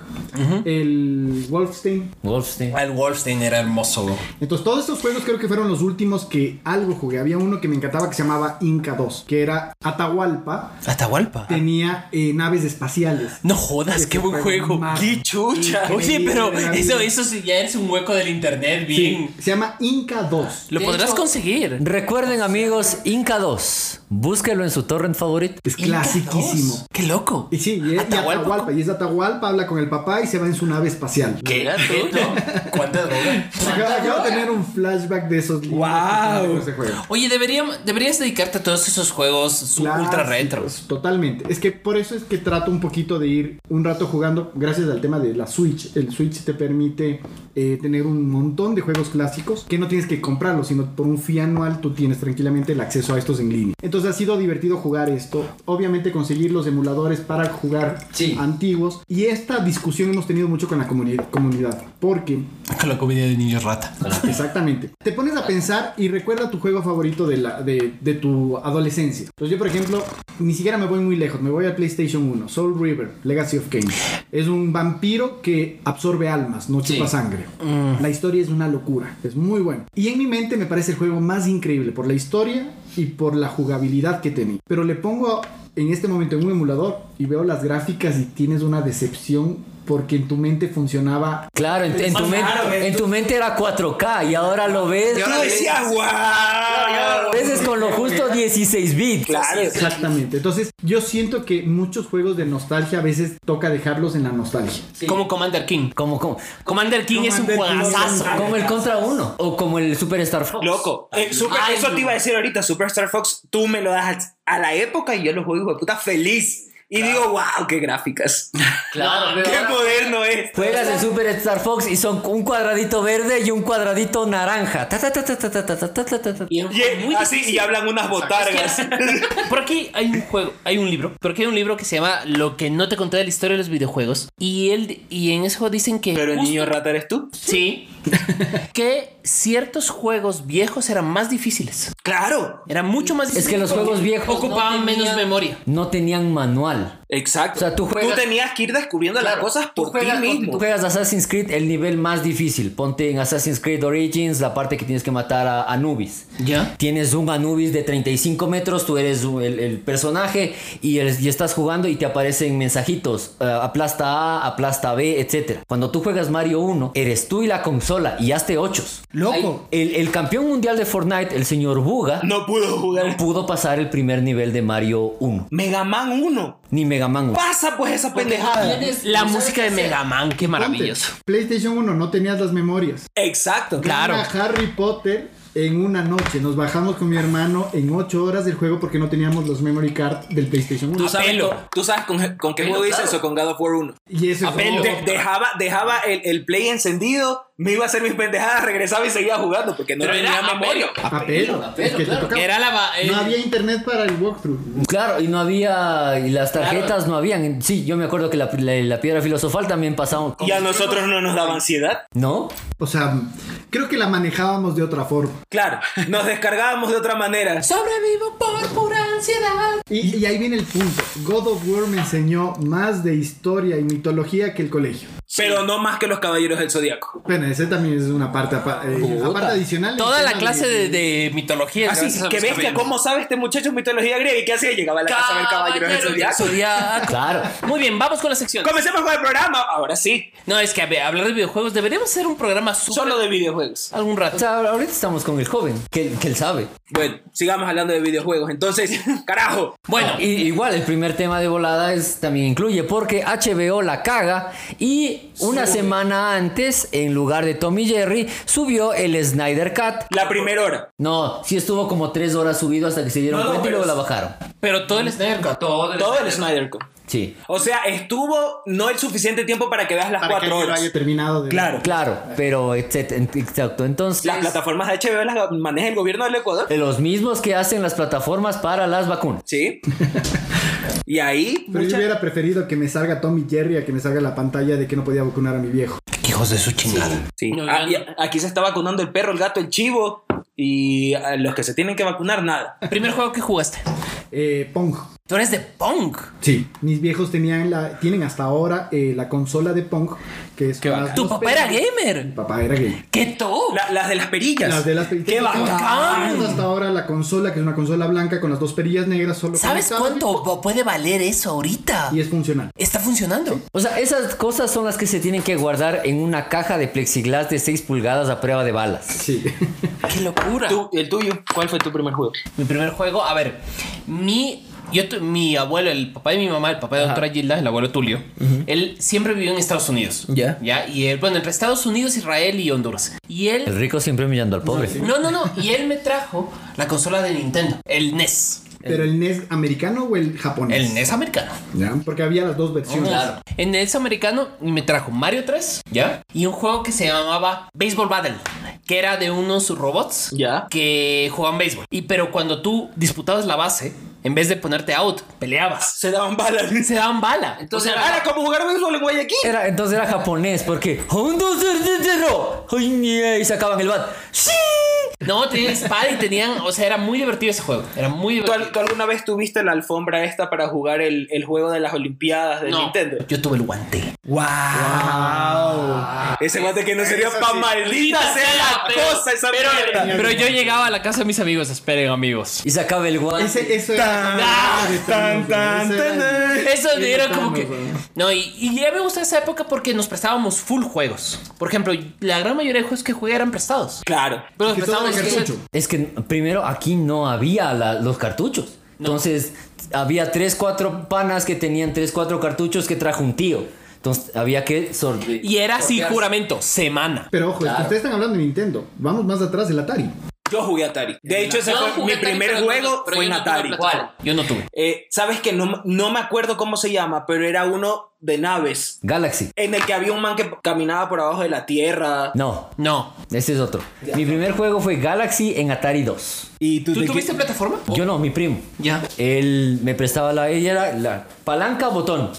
Speaker 8: el Wolfenstein.
Speaker 2: Wolfstein.
Speaker 6: El Wolfstein era hermoso. bro.
Speaker 8: Entonces, todos estos juegos creo que fueron los últimos que algo jugué. Había uno que me encantaba que se llamaba Inca 2, que era Atahualpa,
Speaker 6: Ah. Atahualpa.
Speaker 8: tenía eh, naves espaciales.
Speaker 6: No jodas,
Speaker 8: Ese
Speaker 6: qué buen
Speaker 8: juego
Speaker 6: juego.
Speaker 8: más
Speaker 6: Qué chucha. Oye,
Speaker 8: increíble
Speaker 6: pero
Speaker 8: de la
Speaker 6: eso,
Speaker 8: vida.
Speaker 6: eso sí ya es un hueco del internet,
Speaker 8: Sí,
Speaker 6: bien.
Speaker 8: se llama Inca 2.
Speaker 6: Lo podrás conseguir.
Speaker 2: Recuerden, amigos, Inca 2. Búsquelo en su torrent favorito.
Speaker 8: Es
Speaker 6: Inca
Speaker 8: clasiquísimo.
Speaker 6: dos. Qué loco.
Speaker 8: Y sí, y es y
Speaker 6: Atahualpa.
Speaker 8: Atahualpa. Y es Atahualpa, habla con el papá y se va en su nave espacial.
Speaker 6: ¿Qué? ¿Qué? [LAUGHS] No. ¿Cuánta droga?
Speaker 8: Acabo, acabo de tener un flashback de esos. lindos
Speaker 3: Guau.
Speaker 8: que se juegan.
Speaker 6: Oye, deberíamos, deberías dedicarte a todos esos juegos su-
Speaker 8: Clásicos,
Speaker 6: ultra retros.
Speaker 8: Totalmente. Es que por eso es que trato un poquito de ir un rato jugando, gracias al tema de la Switch. El Switch te permite eh, tener un montón de juegos clásicos que no tienes que comprarlos, sino por un fee anual tú tienes tranquilamente el acceso a estos en línea. Entonces ha sido divertido jugar esto. Obviamente conseguir los emuladores para jugar
Speaker 2: Sí.
Speaker 8: antiguos. Y esta discusión hemos tenido mucho con la comuni- comunidad, porque
Speaker 6: Con la comida de niños rata.
Speaker 8: Exactamente. Te pones a pensar y recuerda tu juego favorito de, la, de, de tu adolescencia. Entonces yo, por ejemplo, ni siquiera me voy muy lejos. Me voy al PlayStation 1, Soul River, Legacy of Kain. Es un vampiro que absorbe almas, no chupa sangre. La historia es una locura. Es muy bueno. Y en mi mente me parece el juego más increíble por la historia y por la jugabilidad que tenía. Pero le pongo en este momento en un emulador y veo las gráficas y tienes una decepción porque en tu mente funcionaba
Speaker 2: Claro, en, en tu,
Speaker 3: Claro,
Speaker 2: men-
Speaker 3: güey.
Speaker 2: en tu mente era 4K y ahora lo ves.
Speaker 3: Y ahora "Ah, decía, guau.
Speaker 2: A veces con lo justo 16 bits.
Speaker 3: Claro.
Speaker 8: Exactamente. Entonces, yo siento que muchos juegos de nostalgia a veces toca dejarlos en la nostalgia.
Speaker 6: Como Commander King.
Speaker 2: Como, como,
Speaker 6: Commander King es
Speaker 8: Commander
Speaker 6: un
Speaker 8: King.
Speaker 6: juegazazo.
Speaker 2: como el Contra 1 o como el Superstar Fox.
Speaker 3: Loco. Eh, Super-
Speaker 6: Ay,
Speaker 3: eso te iba a decir ahorita, Superstar Fox, tú me lo das a, a la época y yo lo juego hijo de puta feliz. Y digo, wow, qué gráficas.
Speaker 2: Claro, pero
Speaker 3: qué
Speaker 2: ahora
Speaker 3: moderno es.
Speaker 2: Juegas el Superstar Fox y son un cuadradito verde y un cuadradito naranja. Ta, ta, ta, ta, ta, ta, ta, ta, ta, ta, ta, ta.
Speaker 6: Y es un
Speaker 3: Y,
Speaker 6: juego muy
Speaker 3: así, y hablan unas botargas. [LAUGHS]
Speaker 6: Por aquí hay un juego, hay un libro, por aquí hay un libro que se llama Lo que no te conté de la historia de los videojuegos y él y en ese juego dicen que
Speaker 3: Pero el
Speaker 6: justo-
Speaker 3: niño rata eres tú.
Speaker 6: sí [LAUGHS] que ciertos juegos viejos eran más difíciles,
Speaker 3: Claro.
Speaker 6: eran mucho más difíciles.
Speaker 2: que los
Speaker 6: porque
Speaker 2: juegos viejos no
Speaker 6: ocupaban
Speaker 2: tenían-
Speaker 6: menos memoria.
Speaker 2: No tenían manual.
Speaker 3: Exacto.
Speaker 2: O sea, tú juegas-
Speaker 3: tenías que ir descubriendo las cosas
Speaker 2: Tú
Speaker 3: por ti
Speaker 2: juegas-
Speaker 3: mismo.
Speaker 2: Tú juegas Assassin's Creed el nivel más difícil. Ponte en Assassin's Creed Origins la parte que tienes que matar a Anubis.
Speaker 6: Ya.
Speaker 2: Tienes un Anubis de 35 metros, tú eres un- el, el personaje y, el- y estás jugando y te aparecen mensajitos, eh, aplasta A, aplasta B, etc. Cuando tú juegas Mario 1, eres tú y la consola y hazte ochos.
Speaker 8: Loco.
Speaker 2: El, el campeón mundial de Fortnite, el señor Buga,
Speaker 3: No pudo jugar.
Speaker 2: pudo pasar el primer nivel de Mario 1,
Speaker 3: Mega Man 1.
Speaker 2: ni Mega Man 1.
Speaker 3: Pasa pues esa pendejada.
Speaker 6: La música de Mega Man, qué
Speaker 8: Ponte,
Speaker 6: maravilloso.
Speaker 8: PlayStation 1 no tenías las memorias.
Speaker 3: Exacto.
Speaker 6: Claro.
Speaker 8: Era Harry Potter en una noche. Nos bajamos con mi hermano en 8 horas del juego porque no teníamos los memory card del PlayStation 1.
Speaker 3: Tú sabes,
Speaker 6: Apelo.
Speaker 3: con, tú sabes con, con qué
Speaker 6: Apelo,
Speaker 3: juego hice
Speaker 6: claro.
Speaker 3: eso, con God of War 1.
Speaker 8: Y eso es
Speaker 6: Apelo.
Speaker 8: todo.
Speaker 3: De- dejaba dejaba el, el play encendido, me iba a hacer mis pendejadas, regresaba y seguía jugando porque no
Speaker 6: Pero
Speaker 3: tenía
Speaker 6: era
Speaker 3: memoria.
Speaker 8: Apelo. Es que te tocaba.
Speaker 6: Era la eh, va- el-
Speaker 8: No había internet para el walkthrough.
Speaker 2: Claro, y no había, y las tarjetas no habían. Sí, yo me acuerdo que la, la- la piedra filosofal también pasaba.
Speaker 3: Y a nosotros no nos daba ansiedad.
Speaker 2: ¿No?
Speaker 8: O sea, creo que la manejábamos de otra forma.
Speaker 3: Claro, nos descargábamos de otra manera.
Speaker 6: Sobrevivo por pura ansiedad.
Speaker 8: Y, y ahí viene el punto. God of War me enseñó más de historia y mitología que el colegio.
Speaker 3: Pero no más que los caballeros del zodiaco.
Speaker 8: Bueno, ese también es una parte, apa- eh, la parte adicional.
Speaker 6: Toda
Speaker 8: El
Speaker 6: la
Speaker 8: tema
Speaker 6: clase de, de mitología.
Speaker 3: Así Ah, que bestia, ¿cómo sabe este muchacho mitología griega? ¿Y qué hacía? Llegaba a la casa a ver caballeros del zodiaco.
Speaker 2: Claro.
Speaker 6: Muy bien, vamos con la sección.
Speaker 3: Comencemos con el programa. Ahora sí,
Speaker 6: No, es que a ver, hablar de videojuegos deberíamos hacer un programa super-
Speaker 3: solo de videojuegos.
Speaker 6: algún
Speaker 2: O
Speaker 6: rato.
Speaker 2: sea, ahorita estamos con el joven, que, que él sabe.
Speaker 3: Bueno, sigamos hablando de videojuegos. Entonces, carajo.
Speaker 6: Bueno,
Speaker 2: Y, igual, el primer tema de volada es, también incluye, porque HBO la caga y una semana antes, en lugar de Tommy Jerry, subió el Snyder Cut.
Speaker 3: La primera hora.
Speaker 2: No, sí estuvo como tres horas subido hasta que se dieron
Speaker 3: No, no,
Speaker 2: cuenta y
Speaker 3: pero
Speaker 2: luego la
Speaker 3: es-
Speaker 2: bajaron.
Speaker 6: pero todo el Snyder Cut, todo el
Speaker 3: Todo el Snyder Cut.
Speaker 2: Sí.
Speaker 3: O sea, estuvo no el suficiente tiempo para que veas las
Speaker 8: Para que
Speaker 3: cuatro
Speaker 8: alguien lo
Speaker 3: horas.
Speaker 8: haya terminado de
Speaker 3: Claro.
Speaker 2: Claro, pero etcétera, exacto. Entonces.
Speaker 3: Las plataformas de HBO las maneja el gobierno del Ecuador.
Speaker 2: de los mismos que hacen las plataformas para las vacunas.
Speaker 8: [LAUGHS]
Speaker 3: Sí. y ahí.
Speaker 8: Pero yo
Speaker 3: mucha-
Speaker 8: hubiera preferido que me salga Tommy Jerry a que me salga la pantalla de que no podía vacunar a mi viejo.
Speaker 6: hijos de su chingada.
Speaker 3: Sí.
Speaker 6: No,
Speaker 3: Ah,
Speaker 6: ya
Speaker 3: y aquí se está vacunando el perro, el gato, el ah, chivo. Y a los que se tienen que vacunar, nada.
Speaker 6: Primer juego que jugaste.
Speaker 8: Eh, Pong.
Speaker 6: Tú eres de punk.
Speaker 8: Sí, mis viejos tenían la, tienen hasta ahora eh, la consola de Pong, que es... con las
Speaker 6: Tu
Speaker 8: dos
Speaker 6: papá era
Speaker 8: perillas.
Speaker 6: gamer.
Speaker 8: Mi papá era gay.
Speaker 6: ¡Qué top!
Speaker 3: La- las de las perillas.
Speaker 8: Las de las perillas.
Speaker 3: ¡Qué
Speaker 8: Tengo
Speaker 3: bacán!
Speaker 8: Hasta ahora la consola, que es una consola blanca con las dos perillas negras solo.
Speaker 6: ¿Sabes
Speaker 8: conectadas,
Speaker 6: cuánto va- puede valer eso ahorita?
Speaker 8: Y es funcional.
Speaker 6: Está funcionando.
Speaker 2: O sea, esas cosas son las que se tienen que guardar en una caja de plexiglas de 6 pulgadas a prueba de balas.
Speaker 8: Sí.
Speaker 6: ¡Qué locura!
Speaker 3: Tú, el tuyo, ¿cuál fue tu primer juego?
Speaker 6: Mi primer juego, a ver, mi, yo tu- mi abuelo, el papá de mi mamá, el papá de doctora Gilda, el abuelo Tulio, él siempre vivió en Estados Unidos.
Speaker 3: Ya.
Speaker 6: Ya, y él, bueno, entre Estados Unidos, Israel y Honduras. Y
Speaker 2: El
Speaker 6: él...
Speaker 2: rico siempre humillando al pobre.
Speaker 6: No, no, no, y él me trajo la consola de Nintendo, el NES.
Speaker 8: Pero el NES americano o el japonés.
Speaker 6: El E NES americano.
Speaker 8: ¿Ya? Porque había las dos versiones.
Speaker 6: Oh, Claro. En NES americano me trajo Mario 3, ¿ya? Y un juego que se llamaba Baseball Battle, que era de unos robots
Speaker 3: Ya.
Speaker 6: que jugaban béisbol. Y pero cuando tú disputabas la base, en vez de ponerte out, peleabas.
Speaker 3: Se daban balas.
Speaker 6: se daban bala.
Speaker 3: [LAUGHS]
Speaker 6: Entonces,
Speaker 3: Entonces, ahora como jugar béisbol en Guayaquil.
Speaker 2: Era, entonces era japonés, porque. "Un, dos, tres, tres, cero". Ay, mía, Y sacaban el bat. ¡Sí!
Speaker 6: no, tenían espada y tenían, o sea, era muy divertido ese juego. Era muy
Speaker 3: ¿Tú,
Speaker 6: divertido.
Speaker 3: al- tú alguna vez tuviste la alfombra esta para jugar el, el juego de las Olimpiadas de
Speaker 6: No,
Speaker 3: Nintendo?
Speaker 6: yo tuve el guante.
Speaker 8: Ah,
Speaker 3: Ese guante que no sería pa' maldita sea la cosa esa
Speaker 6: pero,
Speaker 3: mierda.
Speaker 6: pero yo llegaba a la casa de mis amigos, esperen amigos.
Speaker 2: Y sacaba el guante.
Speaker 8: Ese, eh. eso era.
Speaker 6: Ah,
Speaker 8: Ese era-
Speaker 3: tan, tan,
Speaker 8: ese era-
Speaker 3: tan,
Speaker 6: Eso
Speaker 8: ese
Speaker 6: era
Speaker 8: era
Speaker 6: como que...
Speaker 8: famoso, ¿no?
Speaker 6: No, y, y ya me gusta esa época porque nos prestábamos full juegos. Por ejemplo, la gran mayoría de juegos que jugué eran prestados.
Speaker 3: Claro.
Speaker 6: Pero nos
Speaker 8: Que todo
Speaker 6: prestábamos
Speaker 8: era cartucho.
Speaker 2: Es que primero aquí no había la- los cartuchos. Entonces había tres, cuatro panas que tenían tres, cuatro cartuchos que trajo un tío. Entonces había que sortear.
Speaker 6: Y era así juramento, semana.
Speaker 8: Pero ojo, es que
Speaker 2: Claro.
Speaker 8: ustedes están hablando de Nintendo. Vamos más atrás del Atari.
Speaker 3: Yo jugué Atari. De hecho, ese
Speaker 6: Yo
Speaker 3: fue
Speaker 6: jugué
Speaker 3: mi
Speaker 6: Atari,
Speaker 3: primer
Speaker 6: pero no-
Speaker 3: juego
Speaker 6: pero
Speaker 3: fue
Speaker 6: yo
Speaker 3: en
Speaker 6: no tuve
Speaker 3: Atari.
Speaker 6: plataforma. Yo no tuve.
Speaker 3: Eh, Sabes que no, no me acuerdo cómo se llama, pero era uno de naves
Speaker 2: Galaxy.
Speaker 3: en el que había un man que caminaba por abajo de la tierra.
Speaker 2: No,
Speaker 6: No.
Speaker 2: ese es otro. Mi primer juego fue Galaxy en Atari 2.
Speaker 3: Y tú,
Speaker 6: ¿Tú
Speaker 3: te-
Speaker 6: tuviste plataforma?
Speaker 2: Yo no, mi primo.
Speaker 6: Ya.
Speaker 2: Él me prestaba la. Ella era la palanca botón.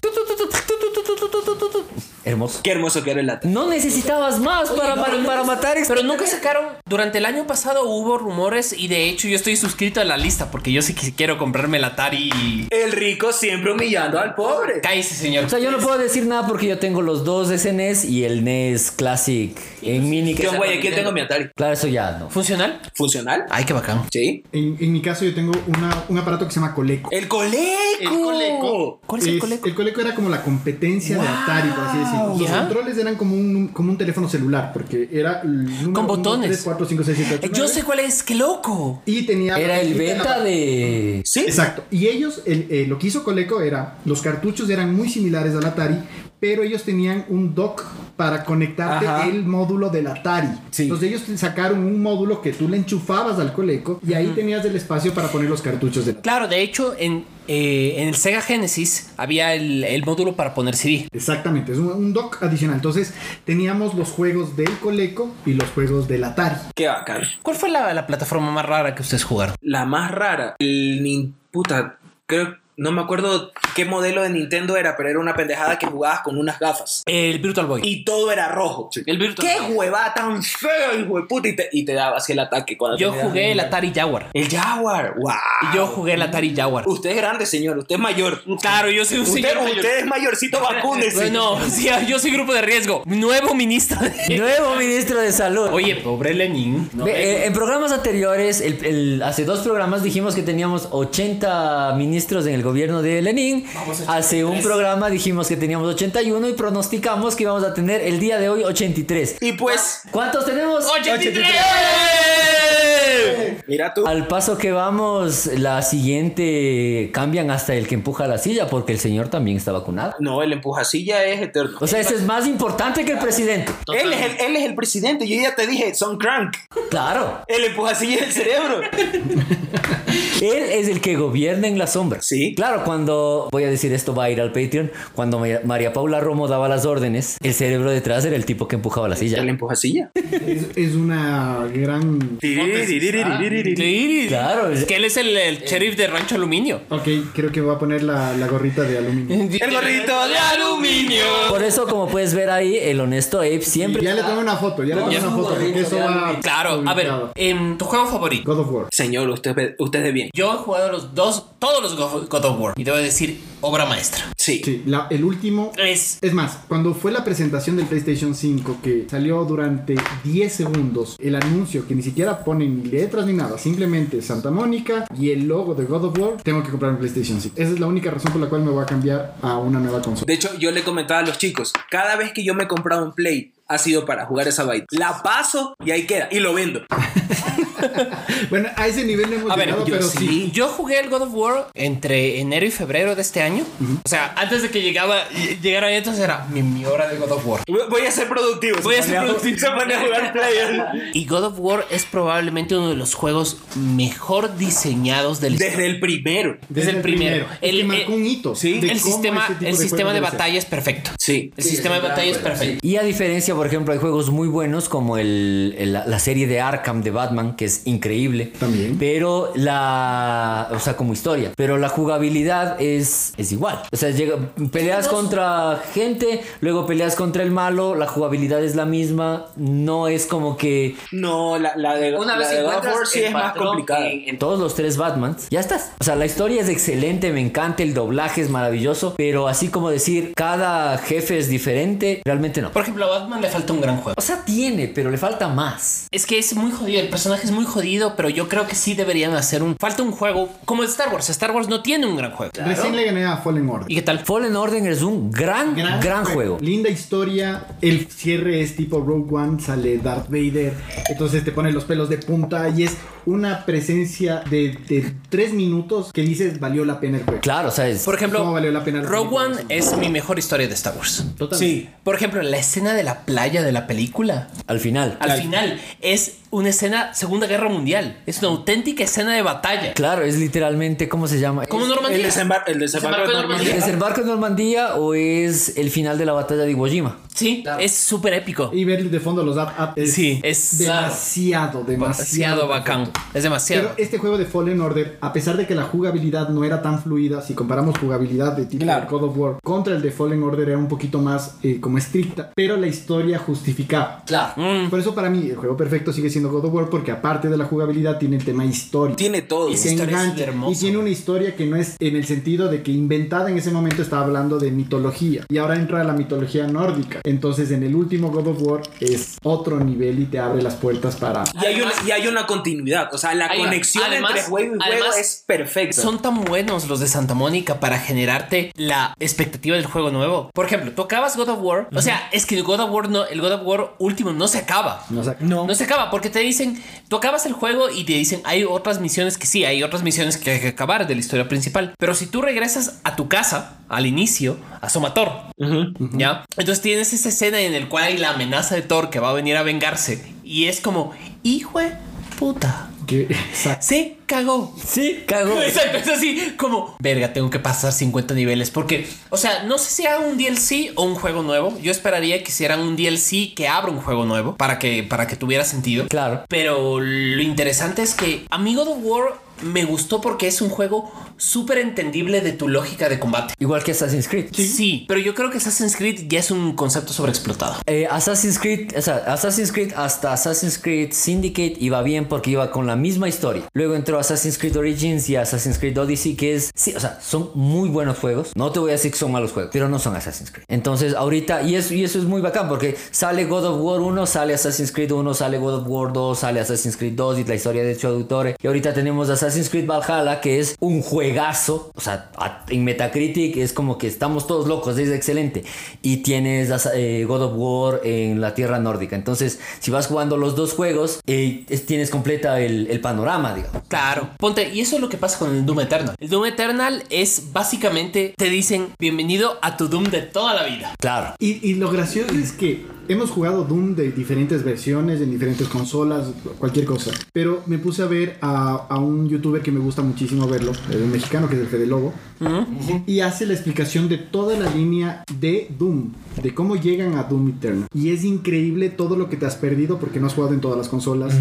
Speaker 2: Hermoso.
Speaker 3: Qué hermoso que era el Atari.
Speaker 2: No necesitabas más para, para, para matar. ex-
Speaker 6: Pero nunca sacaron. Durante el año pasado hubo rumores y de hecho yo estoy suscrito a la lista porque yo sí que quiero comprarme el Atari. y-
Speaker 3: El rico siempre humillando al pobre.
Speaker 6: Cállese, señor.
Speaker 2: O sea, yo no puedo decir nada porque yo tengo los dos SNES y el NES Classic en mini.
Speaker 3: Yo en Guayaquil tengo mi Atari.
Speaker 2: Claro, eso ya no.
Speaker 6: ¿Funcional?
Speaker 3: ¿Funcional?
Speaker 6: Ay, qué bacán.
Speaker 3: Sí.
Speaker 8: En, en mi caso, yo tengo una- un aparato que se llama Coleco.
Speaker 3: El coleco.
Speaker 8: El Coleco.
Speaker 6: ¿Cuál es el Coleco?
Speaker 8: El Coleco era como la competencia de Atari, por así decirlo. Los
Speaker 6: ¿Ya?
Speaker 8: controles eran como un, como un teléfono celular, porque era el número
Speaker 6: Con
Speaker 8: uno,
Speaker 6: botones.
Speaker 8: tres, cuatro, cinco, seis, siete, ocho,
Speaker 6: Eh, Yo
Speaker 8: nueve,
Speaker 6: sé cuál es, qué loco.
Speaker 8: Y tenía.
Speaker 2: Era el
Speaker 8: y tenía
Speaker 2: beta
Speaker 8: la-
Speaker 2: de.
Speaker 3: Sí.
Speaker 8: Exacto. Y ellos, el- eh, lo que hizo Coleco era, los cartuchos eran muy similares al Atari, pero ellos tenían un dock para conectarte
Speaker 3: Ajá.
Speaker 8: el módulo del Atari.
Speaker 3: Sí.
Speaker 8: Entonces ellos te sacaron un módulo que tú le enchufabas al Coleco y ahí tenías el espacio para poner los cartuchos del Atari.
Speaker 6: Claro, de hecho, en, eh, en el Sega Genesis había el, el módulo para poner CD.
Speaker 8: Exactamente, es un, un dock adicional. Entonces teníamos los juegos del Coleco y los juegos del Atari.
Speaker 3: Qué bacán.
Speaker 6: ¿Cuál fue la, la plataforma más rara que ustedes jugaron?
Speaker 3: La más rara. El nin- puta, creo no me acuerdo qué modelo de Nintendo era, pero era una pendejada que jugabas con unas gafas.
Speaker 6: El Virtual Boy.
Speaker 3: Y todo era rojo.
Speaker 6: El Virtual
Speaker 3: Qué
Speaker 6: Boy.
Speaker 3: huevada tan fea, hijo de puta. Y te, y te daba así el ataque cuando
Speaker 6: Yo
Speaker 3: te daban
Speaker 6: jugué
Speaker 3: un-
Speaker 6: el Atari Jaguar.
Speaker 3: El Jaguar. Wow.
Speaker 6: Y yo jugué el Atari Jaguar.
Speaker 3: Usted es grande, señor. Usted es mayor.
Speaker 6: Ah, uh, Claro, yo soy un
Speaker 3: Usted,
Speaker 6: señor mayor.
Speaker 3: usted es
Speaker 6: [LAUGHS]
Speaker 3: mayorcito, vacúnese.
Speaker 6: Bueno, sí, yo soy grupo de riesgo. Nuevo ministro de...
Speaker 2: Nuevo ministro de salud.
Speaker 6: Oye, pobre Lenin.
Speaker 2: Ve, eh, en programas anteriores, el- el- hace dos programas dijimos que teníamos 80 ministros en el gobierno de Lenin. Hace un programa dijimos que teníamos 81 y pronosticamos que íbamos a tener el día de hoy 83.
Speaker 3: Y pues,
Speaker 2: ¿Cuántos tenemos?
Speaker 3: mira tú.
Speaker 2: Al paso que vamos, la siguiente cambian hasta el que empuja la silla porque el señor también está vacunado.
Speaker 3: No, el empujasilla es eterno.
Speaker 2: O sea, ese es más importante que el presidente.
Speaker 3: Él es, el, él es el presidente. Yo ya te dije, son crank.
Speaker 2: Claro,
Speaker 3: El empujasilla es
Speaker 6: [LAUGHS]
Speaker 3: el cerebro.
Speaker 2: él es el que gobierna en la sombra.
Speaker 3: Sí.
Speaker 2: Claro, cuando, voy a decir esto, va a ir al Patreon, cuando Ma- María Paula Romo daba las órdenes, el cerebro detrás era el tipo que empujaba la silla.
Speaker 3: El empujasilla.
Speaker 8: Es, es una gran...
Speaker 2: Claro,
Speaker 6: Es que él es el, el sheriff de Rancho Aluminio.
Speaker 8: Ok, creo que voy a poner la, la gorrita de aluminio.
Speaker 3: El gorrito de aluminio.
Speaker 2: por eso, como puedes ver ahí, el honesto Ape siempre...
Speaker 8: Ya le tomé una foto, ya le tomé
Speaker 6: Ya
Speaker 8: una foto, porque eso va
Speaker 6: Claro, a ver,
Speaker 8: publicado.
Speaker 6: em, tu juego favorito.
Speaker 8: God of War.
Speaker 3: Señor, usted, usted es bien.
Speaker 6: Yo he jugado los dos, todos los Go- God of War. Y debo decir, obra maestra.
Speaker 3: Sí.
Speaker 8: Sí, la- el último
Speaker 6: Es.
Speaker 8: Es más, cuando fue la presentación del PlayStation 5 que salió durante 10 segundos el anuncio que ni siquiera ponen ni letras ni nada, simplemente Santa Mónica y el logo de God of War, tengo que comprar un PlayStation 5. Esa es la única razón por la cual me voy a cambiar a una nueva consola.
Speaker 3: De hecho, yo le comentaba a los chicos, cada vez que yo me he comprado un Play, ha sido para jugar esa vaina. La paso y ahí queda. Y lo vendo.
Speaker 8: Bueno, a ese nivel no hemos
Speaker 6: A ver,
Speaker 8: llegado,
Speaker 6: yo
Speaker 8: pero
Speaker 6: sí.
Speaker 8: sí.
Speaker 6: Yo jugué el God of War entre enero y febrero de este año. O sea, antes de que llegaba, llegara entonces era mi, mi hora de God of War.
Speaker 3: Voy voy a ser productivo.
Speaker 6: Voy
Speaker 3: se
Speaker 6: a ser
Speaker 3: pone
Speaker 6: productivo.
Speaker 3: Se pone a jugar Play.
Speaker 6: [LAUGHS] Y God of War es probablemente uno de los juegos mejor diseñados del
Speaker 3: Desde el primero.
Speaker 6: desde el primero.
Speaker 8: Es
Speaker 6: El-
Speaker 8: que marcó
Speaker 6: el-
Speaker 8: un hito.
Speaker 3: sí,
Speaker 8: de
Speaker 6: el
Speaker 8: cómo
Speaker 6: sistema,
Speaker 8: este tipo
Speaker 6: el sistema
Speaker 8: juegos
Speaker 6: de
Speaker 8: debe ser.
Speaker 6: batalla es perfecto.
Speaker 3: Sí.
Speaker 6: El sistema de batalla es perfecto.
Speaker 2: Y a diferencia, por ejemplo, hay juegos muy buenos como el, el- la, la serie de Arkham de Batman, que es increíble.
Speaker 8: También.
Speaker 2: Pero la. O sea, como historia. Pero la jugabilidad es, es igual. O sea, llega, peleas contra gente, luego peleas contra el malo, la jugabilidad es la misma. No es como que
Speaker 3: No, la, la de
Speaker 9: Una
Speaker 3: la
Speaker 9: vez
Speaker 3: de God of
Speaker 9: encuentras
Speaker 3: War sí
Speaker 9: el
Speaker 3: es más
Speaker 9: patrón
Speaker 3: complicada.
Speaker 9: en-
Speaker 2: en
Speaker 9: en-
Speaker 2: todos los tres Batmans, ya estás. O sea, la historia es excelente, me encanta, el doblaje es maravilloso. Pero así como decir, cada jefe es diferente, realmente no.
Speaker 6: Por ejemplo, a Batman le falta un gran juego.
Speaker 2: O sea, tiene, pero le falta más.
Speaker 6: Es que es muy jodido, el personaje es muy jodido, pero yo creo que sí deberían hacer un... Falta un juego como Star Wars. Star Wars no tiene un gran juego.
Speaker 8: Recién le gané a Fallen Order.
Speaker 6: ¿Y qué tal?
Speaker 2: Fallen Order es un gran, gran, juego.
Speaker 8: Linda historia. El cierre es tipo Rogue One, sale Darth Vader. Entonces te pone los pelos de punta y es una presencia de, de tres minutos que dices valió la pena el juego.
Speaker 2: Claro, o sea, es-
Speaker 6: Por ejemplo,
Speaker 8: ¿Cómo valió la pena la
Speaker 6: Rogue
Speaker 8: película?
Speaker 6: One es mi mejor historia de Star Wars.
Speaker 3: Sí.
Speaker 6: Por ejemplo, la escena de la playa de la película.
Speaker 2: al final.
Speaker 6: Al final es una escena Segunda Guerra Mundial. Es una auténtica escena de batalla.
Speaker 2: Claro, es literalmente, ¿cómo se llama?
Speaker 6: Como
Speaker 3: El
Speaker 6: Normandía.
Speaker 3: desembarco, el desembarco
Speaker 9: Desembarco
Speaker 3: de
Speaker 9: de
Speaker 3: Normandía.
Speaker 2: ¿Es el barco de Normandía o es el final de la batalla de Iwo Jima?
Speaker 6: Sí, es súper épico.
Speaker 8: Y ver de fondo los up up es
Speaker 6: Sí, es
Speaker 8: demasiado, demasiado
Speaker 6: Demasiado bacán. Es demasiado.
Speaker 8: Pero este juego de Fallen Order, a pesar de que la jugabilidad no era tan fluida, si comparamos jugabilidad de tipo
Speaker 3: Claro.
Speaker 8: God of War contra el de Fallen Order era un poquito más eh, como estricta, pero la historia justificaba.
Speaker 9: Claro.
Speaker 6: Mm.
Speaker 8: Por eso para mí el juego perfecto sigue siendo God of War porque aparte de la jugabilidad tiene el tema historia.
Speaker 3: Tiene todo.
Speaker 8: Y se
Speaker 6: historia es
Speaker 8: engancha.
Speaker 6: hermosa.
Speaker 8: Y tiene una historia que no es en el sentido de que inventada en ese momento estaba hablando de mitología. Y ahora entra la mitología nórdica. Entonces en el último God of War es otro nivel y te abre las puertas para...
Speaker 3: Y hay, una, y hay una continuidad, o sea, la
Speaker 9: Ahí va.
Speaker 3: conexión
Speaker 9: Además-
Speaker 3: entre juego y juego
Speaker 9: además-
Speaker 3: es perfecta.
Speaker 6: Son tan buenos los de Santa Mónica para generarte la expectativa del juego nuevo. Por ejemplo, tú acabas God of War. O sea, es que el God of War no, el God of War último no se acaba.
Speaker 8: No sé.
Speaker 6: No. se acaba porque te dicen, tú acabas el juego y te dicen, hay otras misiones que sí, hay otras misiones que hay que acabar de la historia principal. Pero si tú regresas a tu casa, al inicio, a Somator, ¿ya? Entonces tienes esa escena en el cual hay la amenaza de Thor que va a venir a vengarse. Y es como, hijo de puta,
Speaker 8: Que- Exacto.
Speaker 6: se cagó.
Speaker 2: Sí, cagó.
Speaker 6: [LAUGHS] Exacto, es así como, verga, tengo que pasar 50 niveles. Porque, o sea, no sé si haga un DLC o un juego nuevo. Yo esperaría que hicieran un DLC que abra un juego nuevo para que, para que tuviera sentido.
Speaker 2: Claro.
Speaker 6: Pero lo interesante es que Amigo de War me gustó porque es un juego súper entendible de tu lógica de combate.
Speaker 2: Igual que Assassin's Creed.
Speaker 6: ¿Sí? pero yo creo que Assassin's Creed ya es un concepto sobreexplotado.
Speaker 2: Eh, Assassin's Creed, o sea, Assassin's Creed hasta Assassin's Creed Syndicate iba bien porque iba con la misma historia. Luego entró Assassin's Creed Origins y Assassin's Creed Odyssey, que es, sí, o sea, son muy buenos juegos. No te voy a decir que son malos juegos, pero no son Assassin's Creed. Entonces, ahorita, y eso, y eso es muy bacán porque sale God of War 1, sale Assassin's Creed 1, sale God of War 2, sale Assassin's Creed 2 y la historia de hecho Autore. Y ahorita tenemos Assassin's Creed Valhalla, que es un juegazo. O sea, a- en Metacritic es como que estamos todos locos, es excelente. Y tienes Asa- eh, God of War en la tierra nórdica. Entonces, si vas jugando los dos juegos, eh, es- tienes completa el, el panorama, digamos.
Speaker 6: Claro, ponte, y eso es lo que pasa con el Doom Eternal. El Doom Eternal es básicamente, te dicen, bienvenido a tu Doom de toda la vida.
Speaker 2: Claro.
Speaker 8: Y, y lo gracioso es que hemos jugado Doom de diferentes versiones, en diferentes consolas, cualquier cosa. Pero me puse a ver a, a un youtuber que me gusta muchísimo verlo, eh, un mexicano que es el Fede Lobo, y hace la explicación de toda la línea de Doom, de cómo llegan a Doom Eternal. Y es increíble todo lo que te has perdido porque no has jugado en todas las consolas.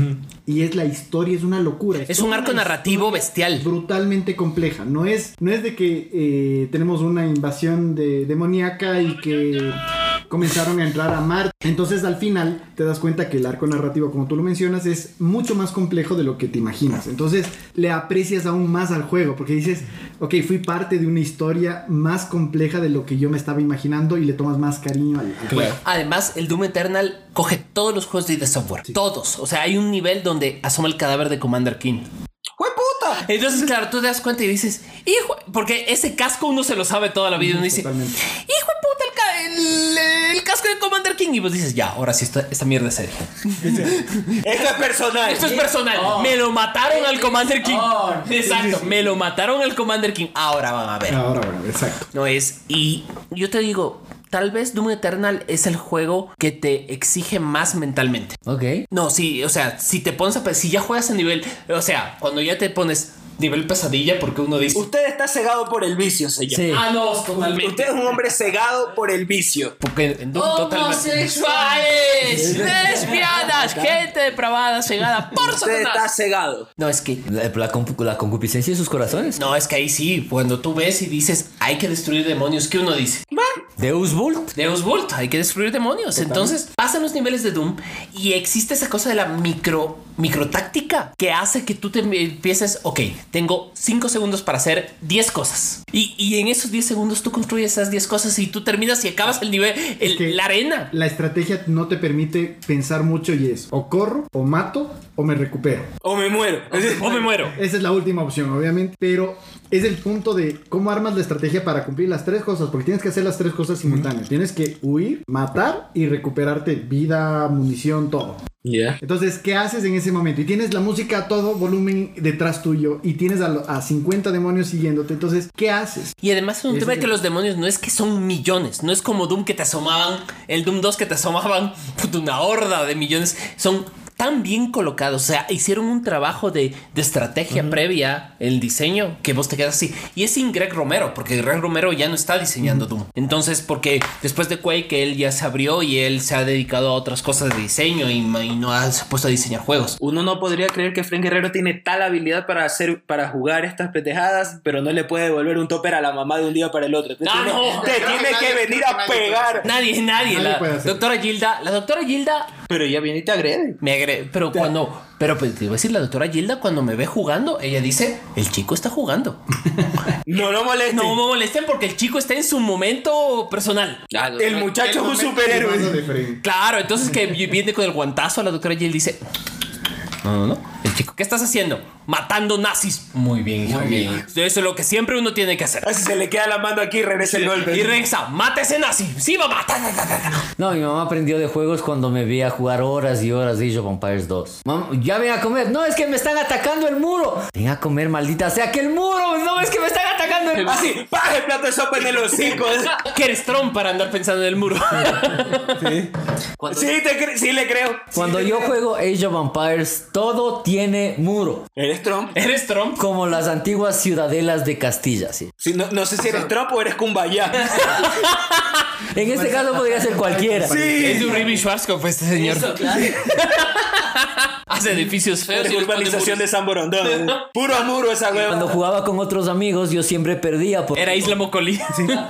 Speaker 8: Y es la historia, es una locura.
Speaker 6: Es un
Speaker 8: toda
Speaker 6: arco
Speaker 8: una
Speaker 6: narrativo bestial.
Speaker 8: brutalmente compleja. No es, no es de que eh, tenemos una invasión de demoníaca y que comenzaron a entrar a Marte. Entonces al final te das cuenta que el arco narrativo, como tú lo mencionas, es mucho más complejo de lo que te imaginas. Entonces le aprecias aún más al juego porque dices, ok, fui parte de una historia más compleja de lo que yo me estaba imaginando y le tomas más cariño al, al juego.
Speaker 6: Además, el Doom Eternal coge todos los juegos de ID Software. Todos. O sea, hay un nivel donde asoma el cadáver de Commander King.
Speaker 3: puta!
Speaker 6: Entonces, claro, tú te das cuenta y dices, hijo, porque ese casco uno se lo sabe toda la vida. Uno dice,
Speaker 8: Totalmente.
Speaker 6: hijo de puta, el, ca- el- el casco de Commander King. Y vos dices, ya, ahora sí, esta, esta mierda es seria.
Speaker 3: Esto es personal.
Speaker 6: Esto es personal. Me lo mataron al Commander King.
Speaker 7: Oh.
Speaker 6: Exacto, me lo mataron al Commander King. Ahora van a ver.
Speaker 8: Ahora, bueno, exacto.
Speaker 6: No es. Y yo te digo, tal vez Doom Eternal es el juego que te exige más mentalmente.
Speaker 2: Ok.
Speaker 6: No, sí, o sea, si te pones a pe- si ya juegas a nivel, o sea, cuando ya te pones nivel pesadilla, porque uno dice.
Speaker 3: Usted está cegado por el vicio, señor.
Speaker 2: Sí.
Speaker 6: Ah, no, totalmente.
Speaker 3: Usted es un hombre cegado por el vicio.
Speaker 6: Porque en Doom totalmente. [LAUGHS]
Speaker 7: Homosexuales,
Speaker 6: ¡Lesbianas! ¡Gente depravada, cegada por
Speaker 3: Usted está
Speaker 6: Satanás!
Speaker 3: cegado.
Speaker 6: No, es que.
Speaker 2: La, la concu- la concupiscencia de sus corazones.
Speaker 6: No, es que ahí sí, cuando tú ves y dices hay que destruir demonios, ¿qué uno dice?
Speaker 2: Deus Vult.
Speaker 6: Deus Vult, hay que destruir demonios. Entonces, pasan los niveles de Doom y existe esa cosa de la micro microtáctica que hace que tú te empieces, ok, tengo 5 segundos para hacer 10 cosas. Y, y en esos 10 segundos tú construyes esas 10 cosas y tú terminas y acabas el nivel, el-
Speaker 8: que-
Speaker 6: la arena.
Speaker 8: La estrategia no te permite pensar mucho y es o corro, o mato, o me recupero.
Speaker 3: O me muero.
Speaker 6: O me muero.
Speaker 8: Esa es la última opción, obviamente, pero es el punto de cómo armas la estrategia para cumplir las tres cosas, porque tienes que hacer las tres cosas simultáneas. Tienes que huir, matar y recuperarte vida, munición, todo. Entonces, ¿qué haces en ese momento? Y tienes la música a todo volumen detrás tuyo y tienes a, lo- a 50 demonios siguiéndote. Entonces, ¿qué haces?
Speaker 6: Y además es un
Speaker 8: Ese
Speaker 6: tema
Speaker 8: es
Speaker 6: de que
Speaker 8: el-
Speaker 6: los demonios no es que son millones, no es como Doom que te asomaban, el Doom 2 que te asomaban [LAUGHS] puta, una horda de millones, son tan bien colocados, o sea, hicieron un trabajo de, de estrategia previa, el diseño, que vos te quedas así. Y es sin Greg Romero, porque Greg Romero ya no está diseñando Doom. Entonces, porque después de Quake él ya se abrió y él se ha dedicado a otras cosas de diseño y, ma- y no ha, se ha puesto a diseñar juegos.
Speaker 3: Uno no podría creer que Frank Guerrero tiene tal habilidad para hacer, para jugar estas pendejadas, pero no le puede devolver un topper a la mamá de un día para el otro. Te
Speaker 6: No,
Speaker 3: tiene,
Speaker 6: no.
Speaker 3: te
Speaker 6: Creo
Speaker 3: tiene que venir a pegar.
Speaker 6: Nadie, nadie,
Speaker 8: Nadie
Speaker 6: la
Speaker 8: puede hacer.
Speaker 6: doctora Gilda, la doctora Gilda
Speaker 3: Pero ya viene y te agrede.
Speaker 6: Me agre- pero cuando, pero pues, te iba a decir, la doctora Gilda cuando me ve jugando, ella dice, el chico está jugando. [LAUGHS]
Speaker 3: No lo molestes.
Speaker 6: No me molesten porque el chico está en su momento personal.
Speaker 3: el muchacho es un
Speaker 8: Mano
Speaker 3: superhéroe.
Speaker 8: de frente.
Speaker 6: Claro, entonces que viene con el guantazo a la doctora Gilda y dice, no, no, no, el chico, ¿qué estás haciendo? Matando nazis. Muy bien, hija mía. Eso es lo que siempre uno tiene que hacer.
Speaker 3: Así se le queda la mano aquí y regresa el golpe.
Speaker 6: Y Rexa, mata ese nazi. Sí, mamá. Ta, ta, ta, [LAUGHS] ta, ta.
Speaker 2: No, mi mamá aprendió de juegos cuando me veía jugar horas y horas de Age of Empires 2. Mamá, ya ven a comer. No, es que me están atacando el muro. Ven a comer, maldita sea, que el muro. No, es que me están atacando el muro.
Speaker 3: Así, ¡pah! El plato de sopa en el [LAUGHS] hocico.
Speaker 6: Que eres Trump para andar pensando en el muro. [LAUGHS]
Speaker 3: Sí, te cre- sí le creo.
Speaker 2: Cuando yo juego Age of Empires, todo tiene muro.
Speaker 3: ¿Eres Trump?
Speaker 6: Eres Trump.
Speaker 2: Como las antiguas ciudadelas de Castilla, sí.
Speaker 3: Sí, no, no sé si eres Trump o eres Kumbaya.
Speaker 2: En este caso podría ser cualquiera.
Speaker 6: Es
Speaker 3: [LAUGHS] Sí.
Speaker 6: un Remy Schwarzkopf este señor. [LAUGHS] Hace edificios feos
Speaker 3: Eres
Speaker 6: y los pone
Speaker 3: urbanización de
Speaker 6: muros.
Speaker 3: San [LAUGHS] Borondón. Puro muro esa
Speaker 2: Cuando
Speaker 3: hueva.
Speaker 2: jugaba con otros amigos, yo siempre perdía. por-
Speaker 6: Era Isla Mocolí.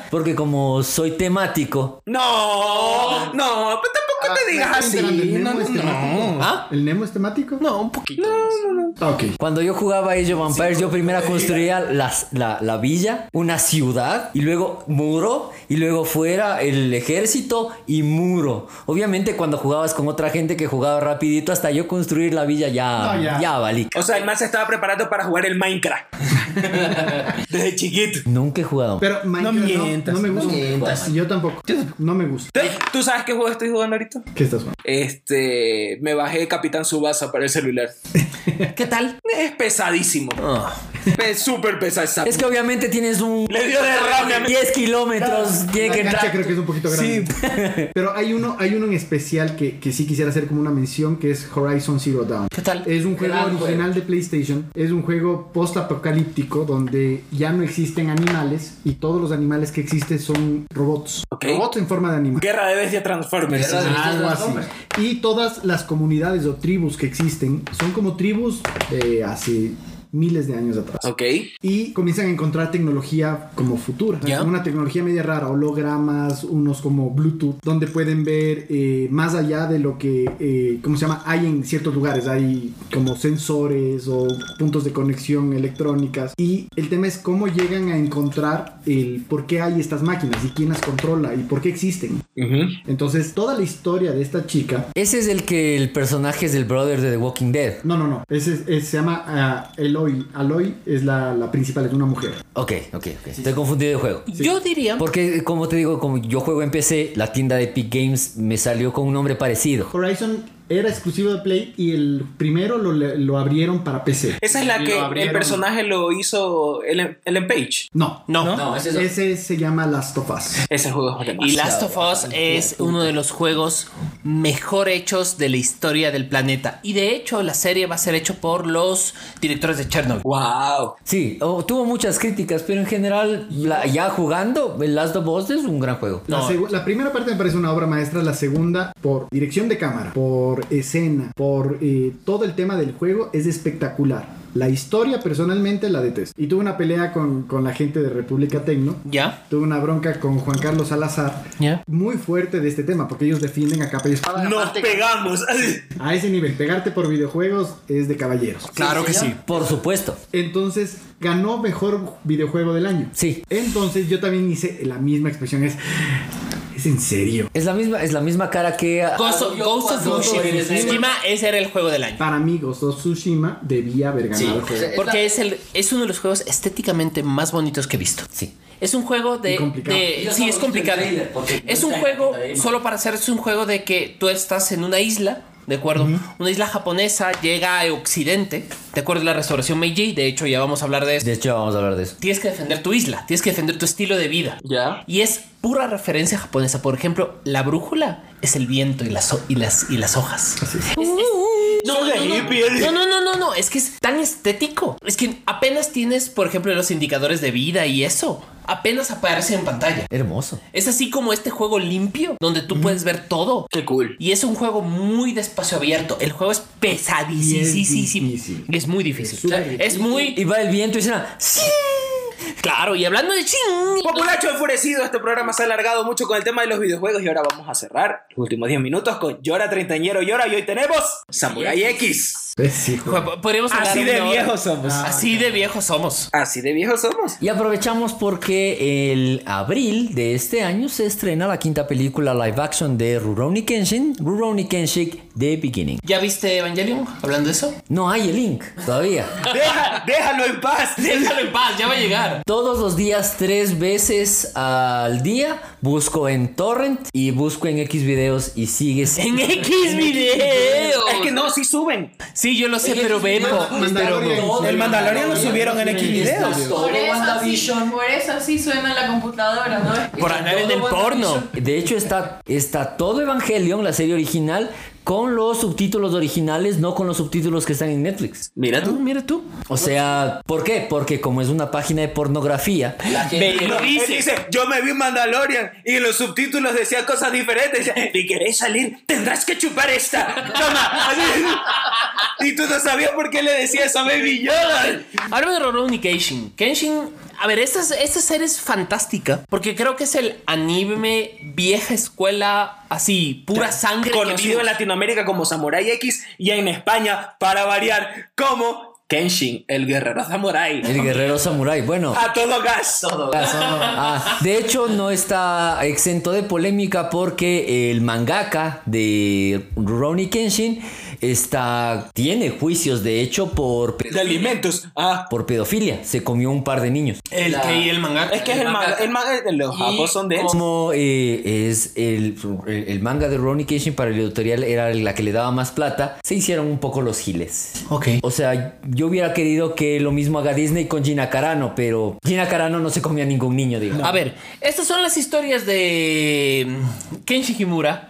Speaker 2: Porque como soy temático,
Speaker 3: No, no, pues
Speaker 8: Ah,
Speaker 3: tampoco te digas así.
Speaker 8: ¿El Nemo
Speaker 3: No, no,
Speaker 8: es temático?
Speaker 6: ¿Ah?
Speaker 8: ¿El Nemo es temático?
Speaker 6: No, un poquito.
Speaker 8: Ah, Ok.
Speaker 2: Cuando yo jugaba Age of Vampires, yo primero construía las- la, la villa, una ciudad, y luego muro, y luego fuera el ejército y muro. Obviamente, cuando jugabas con otra gente que jugaba rapidito, hasta yo construir la villa ya,
Speaker 8: No,
Speaker 2: ya.
Speaker 8: ya.
Speaker 2: valí.
Speaker 3: O sea, el man se estaba preparando para jugar el Minecraft. Desde chiquito.
Speaker 2: Nunca he jugado.
Speaker 8: Pero Minecraft no,
Speaker 3: mientas,
Speaker 8: no me
Speaker 3: no
Speaker 8: gusta.
Speaker 3: mientas.
Speaker 8: Yo tampoco. No me gusta.
Speaker 3: ¿Tú- ¿Tú sabes qué juego estoy jugando ahorita?
Speaker 8: ¿Qué estás jugando?
Speaker 3: Este, me bajé Capitán Subasa para el celular.
Speaker 6: ¿Qué tal?
Speaker 3: Es pesadísimo. Es súper pesado.
Speaker 2: Es que obviamente tienes un
Speaker 3: Le dio derrame a mi-
Speaker 2: 10 kilómetros, tiene que
Speaker 8: La cancha
Speaker 2: entrar.
Speaker 8: creo que es un poquito grande. Pero hay uno, hay uno en especial que, que sí quisiera hacer como una mención, que es Horizon Zero Dawn.
Speaker 6: ¿Qué tal?
Speaker 8: Es un juego
Speaker 2: Gran
Speaker 8: original de PlayStation. Es un juego post-apocalíptico donde ya no existen animales y todos los animales que existen son robots.
Speaker 3: Ok.
Speaker 8: Robots en forma de animal.
Speaker 3: Guerra de Bestia Transformers.
Speaker 7: Guerra de-
Speaker 8: Algo así. Y todas las comunidades o tribus que existen son como tribos eh, así miles de años atrás.
Speaker 3: Ok.
Speaker 8: Y comienzan a encontrar tecnología como futura,
Speaker 3: Ya.
Speaker 8: como una tecnología media rara, hologramas, unos como Bluetooth, donde pueden ver eh, más allá de lo que, eh, ¿cómo se llama? Hay en ciertos lugares, hay como sensores o puntos de conexión electrónicas. Y el tema es cómo llegan a encontrar el por qué hay estas máquinas y quién las controla y por qué existen. Entonces, toda la historia de esta chica
Speaker 2: Ese es el que el personaje es el brother de The Walking Dead.
Speaker 8: no, no, no. Ese, es- es- se llama ah, Eloy. Aloy es la, la principal, es una mujer.
Speaker 2: Ok, ok, ok. Estoy confundido de juego.
Speaker 6: Yo diría.
Speaker 2: Porque, como te digo, como yo juego en PC, la tienda de Epic Games me salió con un nombre parecido.
Speaker 8: Horizon era exclusivo de Play y el primero lo, le- lo abrieron para PC.
Speaker 3: Esa es la
Speaker 9: Lo
Speaker 3: que el
Speaker 9: abrieron.
Speaker 3: personaje lo hizo Ellen, Ellen Page.
Speaker 8: No.
Speaker 6: No.
Speaker 9: No, ese es otro.
Speaker 8: Ese se llama Last of Us.
Speaker 3: Ese juego es
Speaker 6: Y
Speaker 3: demasiado.
Speaker 6: Last of Us es uno de los juegos mejor hechos de la historia del planeta. Y de hecho, la serie va a ser hecho por los directores de Chernobyl.
Speaker 3: Wow.
Speaker 2: Sí, oh, tuvo muchas críticas, pero en general, la- ya jugando, el Last of Us es un gran juego.
Speaker 8: La,
Speaker 6: No.
Speaker 8: segu- la primera parte me parece una obra maestra, la segunda por dirección de cámara, por escena, por eh, todo el tema del juego es espectacular. La historia personalmente la detesto. Y tuve una pelea con, con la gente de República Tecno.
Speaker 6: ¿Ya?
Speaker 8: Tuve una bronca con Juan Carlos Salazar.
Speaker 6: ¿Ya?
Speaker 8: muy fuerte de este tema, porque ellos defienden a capa y espada.
Speaker 3: Nos pegamos.
Speaker 8: A ese nivel, pegarte por videojuegos es de caballeros.
Speaker 5: Claro que sí.
Speaker 2: Por supuesto.
Speaker 8: Entonces, ganó mejor videojuego del año.
Speaker 2: Sí.
Speaker 8: Entonces, yo también hice la misma expresión, es... Es en serio.
Speaker 2: Es la misma, es la misma cara que.
Speaker 6: Ghost of, Ghost of
Speaker 8: cuando
Speaker 6: Tsushima.
Speaker 8: eres niño-
Speaker 6: Tsushima, ese era el juego del año.
Speaker 8: Para mí, Ghost of Tsushima debía haber ganado el juego.
Speaker 6: Porque es, el, es uno de los juegos estéticamente más bonitos que he visto.
Speaker 2: Sí.
Speaker 6: Es un juego de...
Speaker 8: Y complicado.
Speaker 6: de-
Speaker 9: Yo
Speaker 6: sí,
Speaker 9: solo
Speaker 6: es
Speaker 9: he visto el
Speaker 6: complicado.
Speaker 9: trailer, porque
Speaker 6: Es
Speaker 9: no
Speaker 6: un
Speaker 9: está-
Speaker 6: juego,
Speaker 9: está bien.
Speaker 6: solo para hacer, es un juego de que tú estás en una isla, ¿de acuerdo? Una isla japonesa llega a Occidente, ¿de acuerdo? La restauración Meiji, de hecho ya vamos a hablar de esto.
Speaker 2: De hecho, vamos a hablar de eso.
Speaker 6: Tienes que defender tu isla, tienes que defender tu estilo de vida.
Speaker 3: Ya.
Speaker 6: Y es pura referencia japonesa. Por ejemplo, la brújula es el viento y las, ho- y las, y las hojas. Es- es- no, no, no, no, no, no, no, no, es que es tan estético. Es que apenas tienes, por ejemplo, los indicadores de vida y eso. Apenas aparece en pantalla.
Speaker 2: Hermoso.
Speaker 6: Es así como este juego limpio, donde tú puedes ver todo.
Speaker 3: Qué cool.
Speaker 6: Y es un juego muy de espacio abierto. El juego es
Speaker 8: Y es
Speaker 6: pesadísimo.
Speaker 8: difícil.
Speaker 6: es muy difícil.
Speaker 8: súper
Speaker 6: O sea, es muy...
Speaker 2: Y va el viento y suena.
Speaker 6: Claro, y hablando de ching...
Speaker 3: Populacho enfurecido, este programa se ha alargado mucho con el tema de los videojuegos y ahora vamos a cerrar los últimos 10 minutos con Llora Treintañero Llora y hoy tenemos Samurai X.
Speaker 8: Es- sí, juego.
Speaker 6: Podríamos hablar
Speaker 3: Así de
Speaker 6: una hora.
Speaker 3: viejos somos.
Speaker 6: Así de viejos somos.
Speaker 3: Así de viejos somos.
Speaker 2: Y aprovechamos porque el abril de este año se estrena la quinta película live action de Rurouni Kenshin, Rurouni Kenshin The Beginning.
Speaker 6: ¿Ya viste Evangelion? Hablando de eso.
Speaker 2: No hay el link todavía.
Speaker 3: Deja- déjalo en paz.
Speaker 6: Déjalo en paz, ya va a
Speaker 2: [LAUGHS]
Speaker 6: llegar.
Speaker 2: Todos los días, tres veces al día, busco en Torrent y busco en X videos y sigues.
Speaker 6: En X video.
Speaker 3: Es que no, sí suben.
Speaker 6: Sí, yo lo sé, pero vemos.
Speaker 8: Mandalorian.
Speaker 3: El Mandalorian lo subieron en X videos.
Speaker 9: Todo
Speaker 7: Por eso, sí,
Speaker 9: WandaVision.
Speaker 7: por eso sí suena la computadora, ¿no?
Speaker 6: Por andar en el porno.
Speaker 2: De hecho, está, está todo Evangelion, la serie original, con los subtítulos originales, no con los subtítulos que están en Netflix.
Speaker 3: Mira tú.
Speaker 6: Mira tú.
Speaker 2: O sea, ¿por qué? Porque como es una página de pornografía,
Speaker 9: La
Speaker 6: Ve,
Speaker 9: gente-
Speaker 6: lo
Speaker 3: Él
Speaker 6: dice.
Speaker 3: dice, yo me vi Mandalorian y en los subtítulos decía cosas diferentes. Decía, si querés salir, tendrás que chupar esta. Toma. Así. Y tú no sabías por qué le decía eso a Baby Yoda.
Speaker 6: Hablamos de Rurouni Kenshin. Kenshin, a ver, esta, esta serie es fantástica porque creo que es el anime vieja escuela, así, pura sangre. que
Speaker 3: Conocido
Speaker 6: vimos.
Speaker 3: en Latinoamérica como Samurai X y en España, para variar, como Kenshin, el guerrero samurai.
Speaker 2: el guerrero samurái, bueno.
Speaker 3: A todo gas.
Speaker 2: Ah, de hecho, no está exento de polémica porque el mangaka de Ronnie Kenshin está, tiene juicios, de hecho, por, pe-
Speaker 3: De alimentos. Ah,
Speaker 2: por pedofilia. Se comió un par de niños.
Speaker 6: El que y el manga.
Speaker 3: es que es el manga. El manga los japos son de
Speaker 2: Como eh, es el, el- el manga de Ronnie Kenshin para el editorial era la que le daba más plata, se hicieron un poco los giles.
Speaker 6: Ok.
Speaker 2: O sea, yo hubiera querido que lo mismo haga Disney con Gina Carano, pero Gina Carano no se comía ningún niño, digo.
Speaker 6: A ver, estas son las historias de mm, Ken Shikimura,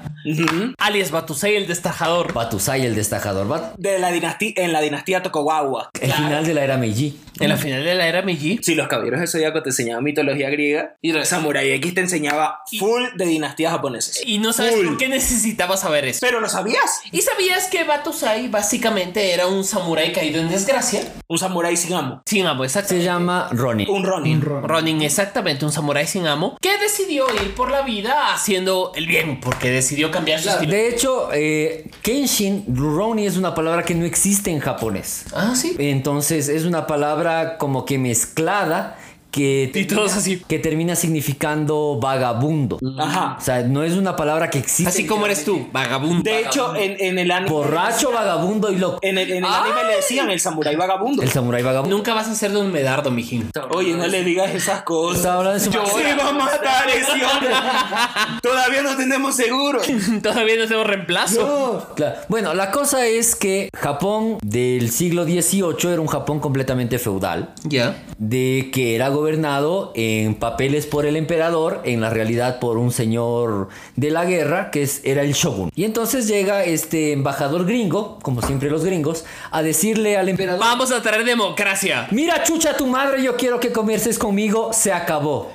Speaker 6: alias Batusei el Destajador.
Speaker 2: Batusai, el destajador. Bat-
Speaker 3: De la dinastía, en la dinastía Tokugawa.
Speaker 2: el final de la era Meiji.
Speaker 6: En la final de la era Meiji.
Speaker 3: Si los caballeros del zodiaco te enseñaban mitología griega y el Samurai X te enseñaba full de dinastías japonesas.
Speaker 6: Y no sabes
Speaker 3: Full.
Speaker 6: por qué necesitabas saber eso.
Speaker 3: Pero lo sabías.
Speaker 6: ¿Y sabías que Batusai básicamente era un samurái caído en desgracia?
Speaker 3: Un samurái sin amo.
Speaker 6: Sin amo, exacto.
Speaker 2: Se llama Ronnie.
Speaker 3: Un Ronin.
Speaker 8: Ronin.
Speaker 6: Ronin, exactamente, un samurái sin amo que decidió ir por la vida haciendo el bien, porque decidió cambiar su estilo.
Speaker 2: De hecho, eh, Kenshin, Ronnie es una palabra que no existe en japonés.
Speaker 6: Ah, sí.
Speaker 2: Entonces es una palabra como que mezclada que,
Speaker 6: Y todos así.
Speaker 2: que termina significando vagabundo.
Speaker 3: Ajá.
Speaker 2: O sea, no es una palabra que existe.
Speaker 6: Así como eres tú, vagabundo.
Speaker 3: De hecho, en, en el anime.
Speaker 2: Borracho, vagabundo y loco.
Speaker 3: En el, en el anime le decían el samurái vagabundo.
Speaker 2: El samurái vagabundo.
Speaker 6: nunca vas a ser de un medardo, mijín.
Speaker 3: Oye, no le digas esas
Speaker 2: Estaba
Speaker 3: cosas.
Speaker 2: hablando de su-
Speaker 3: Se va a matar ese hombre. [LAUGHS] Todavía no tenemos seguro.
Speaker 6: [LAUGHS] Todavía no tenemos reemplazo.
Speaker 2: [LAUGHS] Claro. Bueno, la cosa es que Japón del siglo XVIII era un Japón completamente feudal,
Speaker 6: Ya.
Speaker 2: de que era gobernado en papeles por el emperador, en la realidad por un señor de la guerra, que es- era el shogun. Y entonces llega este embajador gringo, como siempre los gringos, a decirle al emperador...
Speaker 6: Vamos a traer democracia.
Speaker 2: Mira, chucha a tu madre, yo quiero que comerces conmigo, se acabó.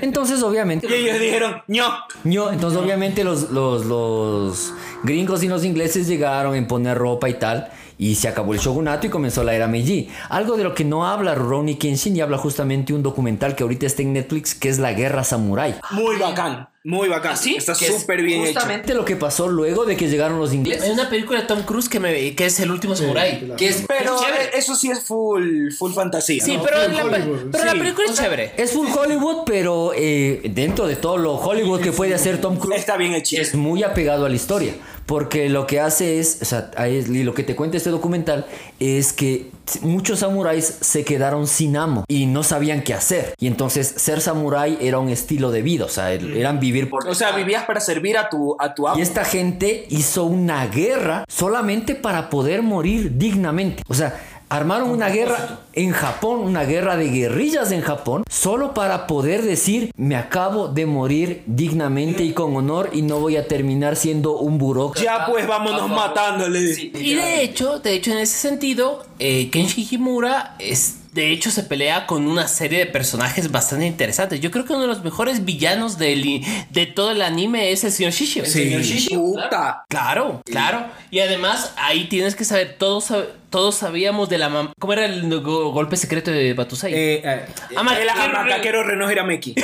Speaker 2: Entonces, obviamente.
Speaker 3: Y ellos dijeron, ño.
Speaker 2: No, entonces obviamente los, los, los gringos y los ingleses llegaron en poner ropa y tal. Y se acabó el shogunato y comenzó la era Meiji. Algo de lo que no habla Ronnie Kenshin y habla justamente un documental que ahorita está en Netflix que es La Guerra Samurai.
Speaker 3: Muy bacán. Muy bacán.
Speaker 6: ¿Sí?
Speaker 3: Está
Speaker 6: Que es
Speaker 3: súper bien hecho.
Speaker 2: Justamente lo que pasó luego de que llegaron los
Speaker 6: Hay
Speaker 2: ingleses.
Speaker 6: una película de Tom Cruise que, me, que es el último samurái.
Speaker 8: claro.
Speaker 6: Que es
Speaker 3: Pero
Speaker 6: chévere.
Speaker 3: eh, eso sí es full, full fantasía.
Speaker 6: Sí,
Speaker 3: ¿no?
Speaker 6: pero, la,
Speaker 8: Hollywood,
Speaker 6: pero la
Speaker 3: sí.
Speaker 6: película es chévere.
Speaker 2: Es full Hollywood, pero eh, dentro de todo lo Hollywood que puede hacer Tom Cruise.
Speaker 3: Está bien hecho.
Speaker 2: es muy apegado a la historia. Porque lo que hace es, o sea, ahí es- y lo que te cuenta este documental es que muchos samuráis se quedaron sin amo y no sabían qué hacer. Y entonces ser samurái era un estilo de vida, o sea, el- eran vivir por...
Speaker 3: Mm. O sea, vivías para servir a tu, a tu
Speaker 2: Y
Speaker 3: amo.
Speaker 2: esta gente hizo una guerra solamente para poder morir dignamente. O sea, armaron una guerra en Japón, una guerra de guerrillas en Japón, solo para poder decir, me acabo de morir dignamente y con honor y no voy a terminar siendo un burócrata.
Speaker 3: Ya pues vámonos matándole.
Speaker 6: Y de hecho, de hecho, en ese sentido, eh, Kenshi Himura es. De hecho, se pelea con una serie de personajes bastante interesantes. Yo creo que uno de los mejores villanos del, de todo el anime es el señor Shishio.
Speaker 3: Señor Shishio, puta.
Speaker 6: Claro, claro. Y además, ahí tienes que saber, todos, sab- todos sabíamos de la mamá. ¿Cómo era el go- golpe secreto de Batusai?
Speaker 3: Eh,
Speaker 6: Ama-
Speaker 3: El amacaquero
Speaker 6: [LAUGHS]
Speaker 3: Reno Hirameki.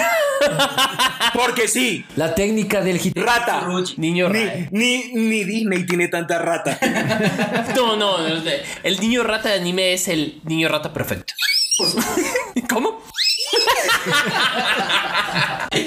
Speaker 3: Porque sí,
Speaker 2: La técnica del hit.
Speaker 3: rata.
Speaker 6: Niño
Speaker 3: Ni,
Speaker 6: rata.
Speaker 3: ni, ni Disney tiene
Speaker 9: [LAUGHS]
Speaker 3: tanta rata.
Speaker 6: No, no, no, no. El niño rata de anime es el niño rata [LAUGHS] perfecto. ¿Cómo?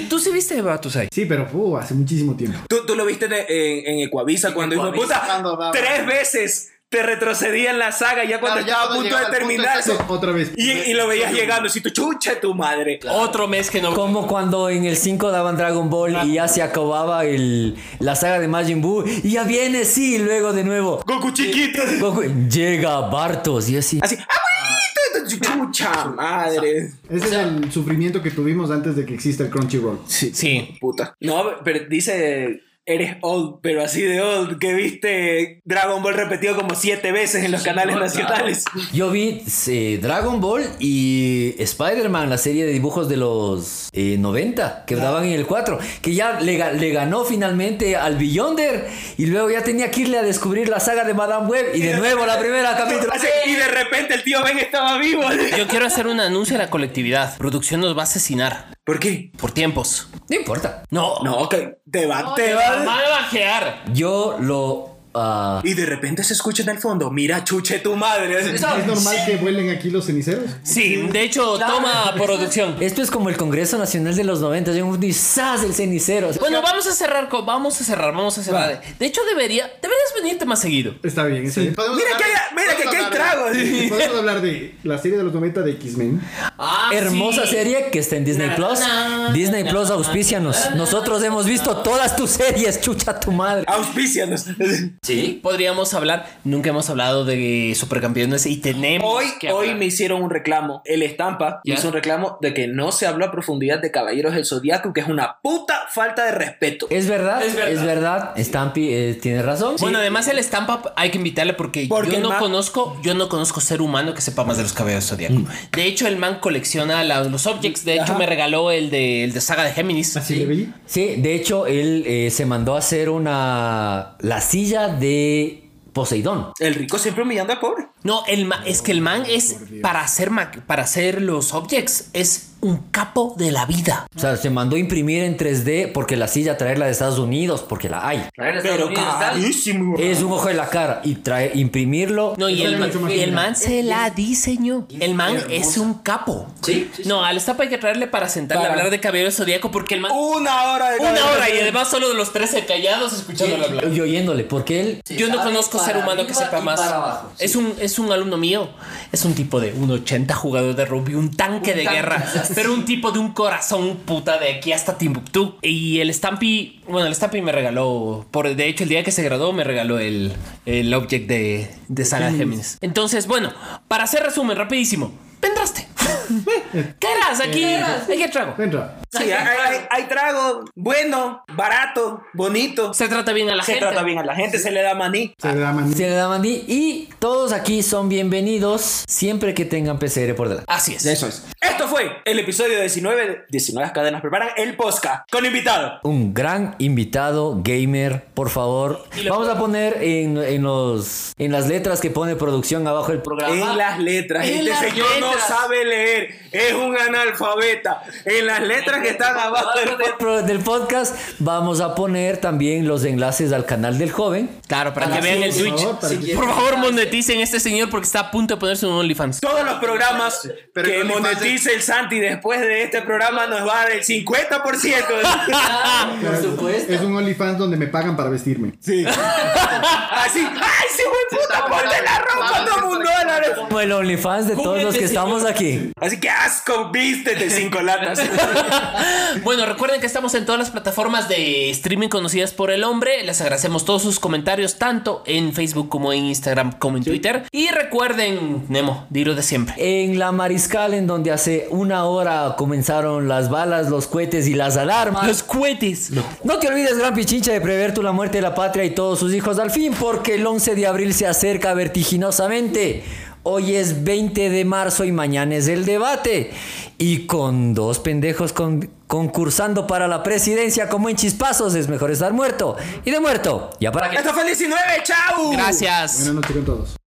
Speaker 6: ¿Tú sí viste Batusai?
Speaker 8: Sí, pero uh, hace muchísimo tiempo.
Speaker 3: Tú, tú lo viste en, en, en Ecuavisa cuando hijo de
Speaker 9: Ecuavisa.
Speaker 3: puta,
Speaker 9: Cuando va-
Speaker 3: tres veces te retrocedía en la saga ya cuando
Speaker 9: Claro, ya
Speaker 3: estaba a
Speaker 9: cuando
Speaker 3: punto
Speaker 9: llegaba
Speaker 3: de
Speaker 9: al punto
Speaker 3: terminar.
Speaker 9: exacto.
Speaker 8: Otra vez.
Speaker 3: Y, y lo veías llegando, si tu chucha tu madre.
Speaker 6: Otro mes que no.
Speaker 2: Como cuando en el 5 daban Dragon Ball y ya se acababa el, la saga de Majin Buu y ya viene, sí, y luego de nuevo.
Speaker 3: Oh, Goku chiquito.
Speaker 2: Goku, llega Bartos y así.
Speaker 3: Así, "Ah, abuelito, tu
Speaker 9: Ah,
Speaker 3: chucha madre.
Speaker 8: Ese es el sufrimiento que tuvimos antes de que exista el Crunchyroll.
Speaker 6: Sí.
Speaker 3: Puta. No, pero dice. Eres old, pero así de old, que viste Dragon Ball repetido como siete veces en los canales
Speaker 9: [LAUGHS]
Speaker 3: nacionales.
Speaker 2: Yo vi eh, Dragon Ball y Spider-Man, la serie de dibujos de los eh, 90 que daban en el 4, que ya le, ga- le ganó finalmente al Beyonder y luego ya tenía que irle a descubrir la saga de Madame Web y de nuevo la primera capítulo.
Speaker 3: Así, y de repente el tío Ben
Speaker 9: [LAUGHS]
Speaker 3: estaba vivo.
Speaker 6: Yo quiero hacer un anuncio a la colectividad. Producción nos va a asesinar
Speaker 3: ¿Por qué?
Speaker 6: por tiempos.
Speaker 2: No importa.
Speaker 6: No.
Speaker 3: No, que te va, te
Speaker 6: Van
Speaker 3: va.
Speaker 6: a bajear.
Speaker 2: Yo lo... ah,
Speaker 3: Y de repente se escucha en el fondo, mira, chuche tu madre. [LAUGHS]
Speaker 8: ¿Es normal que vuelen aquí los ceniceros?
Speaker 6: Sí, de hecho, toma producción.
Speaker 2: Esto es como el Congreso Nacional de los 90, llega un y ¡zas! el cenicero.
Speaker 6: Bueno, vamos a cerrar, co- vamos a cerrar, vamos a cerrar. De hecho, debería, deberías venirte más seguido.
Speaker 8: Está bien, está bien.
Speaker 9: Podemos
Speaker 3: Mira que,
Speaker 9: hablar-
Speaker 3: hay- mira
Speaker 9: podemos
Speaker 3: que aquí hay
Speaker 9: hablar de-
Speaker 3: tragos.
Speaker 8: Podemos hablar de la serie de los 90 de X-Men.
Speaker 6: Ah,
Speaker 2: hermosa
Speaker 6: sí.
Speaker 2: serie que está en Disney
Speaker 6: Na,
Speaker 2: Plus.
Speaker 6: na,
Speaker 2: Disney
Speaker 6: na,
Speaker 2: Plus,
Speaker 6: na,
Speaker 2: auspícianos.
Speaker 6: na,
Speaker 2: Nosotros hemos visto todas tus series, chucha tu madre.
Speaker 6: [LAUGHS]
Speaker 3: Auspícianos.
Speaker 2: Sí.
Speaker 6: Podríamos hablar, nunca hemos hablado de supercampeones y tenemos
Speaker 3: Hoy,
Speaker 6: que
Speaker 3: hoy
Speaker 6: hablar.
Speaker 3: me hicieron un reclamo. El Estampa
Speaker 6: Ya.
Speaker 3: hizo un reclamo de que no se habló a profundidad de Caballeros del Zodiaco, que es una puta falta de respeto.
Speaker 2: Es verdad,
Speaker 6: Es
Speaker 2: es
Speaker 6: verdad.
Speaker 2: verdad. Stampy eh, tiene razón.
Speaker 6: Bueno, además el estampa hay que invitarle porque,
Speaker 3: Porque
Speaker 6: yo
Speaker 3: el
Speaker 6: no
Speaker 3: man-
Speaker 6: conozco, yo no conozco ser humano que sepa más de los cabellos zodiaco. De hecho, el man colecciona la- los objects. De hecho, me regaló el de, el de saga de Géminis.
Speaker 8: Así le vi.
Speaker 2: Sí, de hecho, él eh, se mandó a hacer una. La silla de Poseidón.
Speaker 3: El rico siempre humillando al pobre.
Speaker 6: No, el ma- es que el man es para hacer ma- para hacer los objects es un capo de la vida.
Speaker 2: O sea, se mandó a imprimir en 3D porque la silla traerla de Estados Unidos, porque la hay.
Speaker 3: Pero carísimo.
Speaker 6: Eh,
Speaker 2: Es un ojo de la cara y trae imprimirlo.
Speaker 6: No, y
Speaker 8: Eso
Speaker 6: el,
Speaker 8: es mucho
Speaker 6: man,
Speaker 8: más
Speaker 6: y el
Speaker 8: lindo.
Speaker 6: man se la diseñó. El man es un capo. Sí. No, al estampa hay que traerle para sentarle a
Speaker 3: Para. Oh,
Speaker 6: hablar de cabello zodíaco porque el man.
Speaker 3: Una hora de
Speaker 6: Una
Speaker 3: Caballeros
Speaker 6: hora y
Speaker 3: del-
Speaker 6: además solo de los 13 callados escuchándole hablar.
Speaker 2: Y oyéndole, porque él.
Speaker 6: Yo no conozco ser humano que sepa más. es, un, es un alumno mío. Es un tipo de 1,80 jugador de rugby, un tanque de guerra. Pero un tipo de un corazón puta de aquí hasta Timbuktu. Y el Stampy, bueno, el Stampy me regaló, por, de hecho, el día que se graduó me regaló el, el object de, de Saga Géminis. Entonces, bueno, para hacer resumen, rapidísimo. Vendraste. [LAUGHS] ¿Qué eras aquí? ¿Hay que trago?
Speaker 8: Entra.
Speaker 3: Sí,
Speaker 6: [LAUGHS]
Speaker 3: hay, hay- hay trago bueno, barato, bonito.
Speaker 6: Se trata bien a la
Speaker 3: Se
Speaker 6: gente.
Speaker 3: trata bien a la gente, se le da maní.
Speaker 8: Se le da maní.
Speaker 2: Se le da mandí. Y todos aquí son bienvenidos siempre que tengan PCR por delante.
Speaker 6: Así es.
Speaker 3: Eso es. Esto fue el episodio 19 de 19 cadenas preparan el podcast con invitado.
Speaker 2: Un gran invitado gamer, por favor.
Speaker 6: Y la-
Speaker 2: Vamos a poner en, en los, en las letras que pone producción abajo del programa.
Speaker 3: En las letras.
Speaker 6: En
Speaker 3: este
Speaker 6: las
Speaker 3: señor no
Speaker 6: letras.
Speaker 3: sabe leer. Es un analfabeta. En las letras que están abajo del
Speaker 2: Abajo del pro- del podcast vamos a poner también los enlaces al canal del joven.
Speaker 6: Claro, para que
Speaker 8: Así
Speaker 6: vean el
Speaker 8: es, por
Speaker 6: Twitch.
Speaker 8: favor, para que-
Speaker 6: Por favor, moneticen a este señor porque está a punto de ponerse un OnlyFans.
Speaker 3: Todos los programas
Speaker 9: Pero
Speaker 3: que
Speaker 9: el OnlyFans
Speaker 3: monetice el Santi después de este programa nos va a dar el 50%.
Speaker 8: Claro, Es un OnlyFans donde me pagan para vestirme.
Speaker 3: Así, ¡ay, si fue puta! ¡Ponte la ropa, toma un dólar!
Speaker 2: Como el OnlyFans de todos los que estamos aquí.
Speaker 3: Así que asco, viste de cinco latas.
Speaker 8: ¡Ah!
Speaker 6: Bueno, recuerden que estamos en todas las plataformas de streaming conocidas por el hombre. Les agradecemos todos sus comentarios, tanto en Facebook como en Instagram, como en Twitter. Y recuerden, Nemo, dilo de siempre.
Speaker 2: En la Mariscal, en donde hace una hora comenzaron las balas, los cohetes y las alarmas.
Speaker 6: Los cohetes.
Speaker 2: No te olvides, gran pichincha, de prever tú la muerte de la patria y todos sus hijos al fin, porque el 11 de abril se acerca vertiginosamente. Hoy es 20 de marzo y mañana es el debate. Y con dos pendejos con- concursando para la presidencia como en chispazos, es mejor estar muerto. Y de muerto, ya para qué.
Speaker 3: Esto fue el 19, chau.
Speaker 6: Gracias.
Speaker 8: Buenas noches con todos.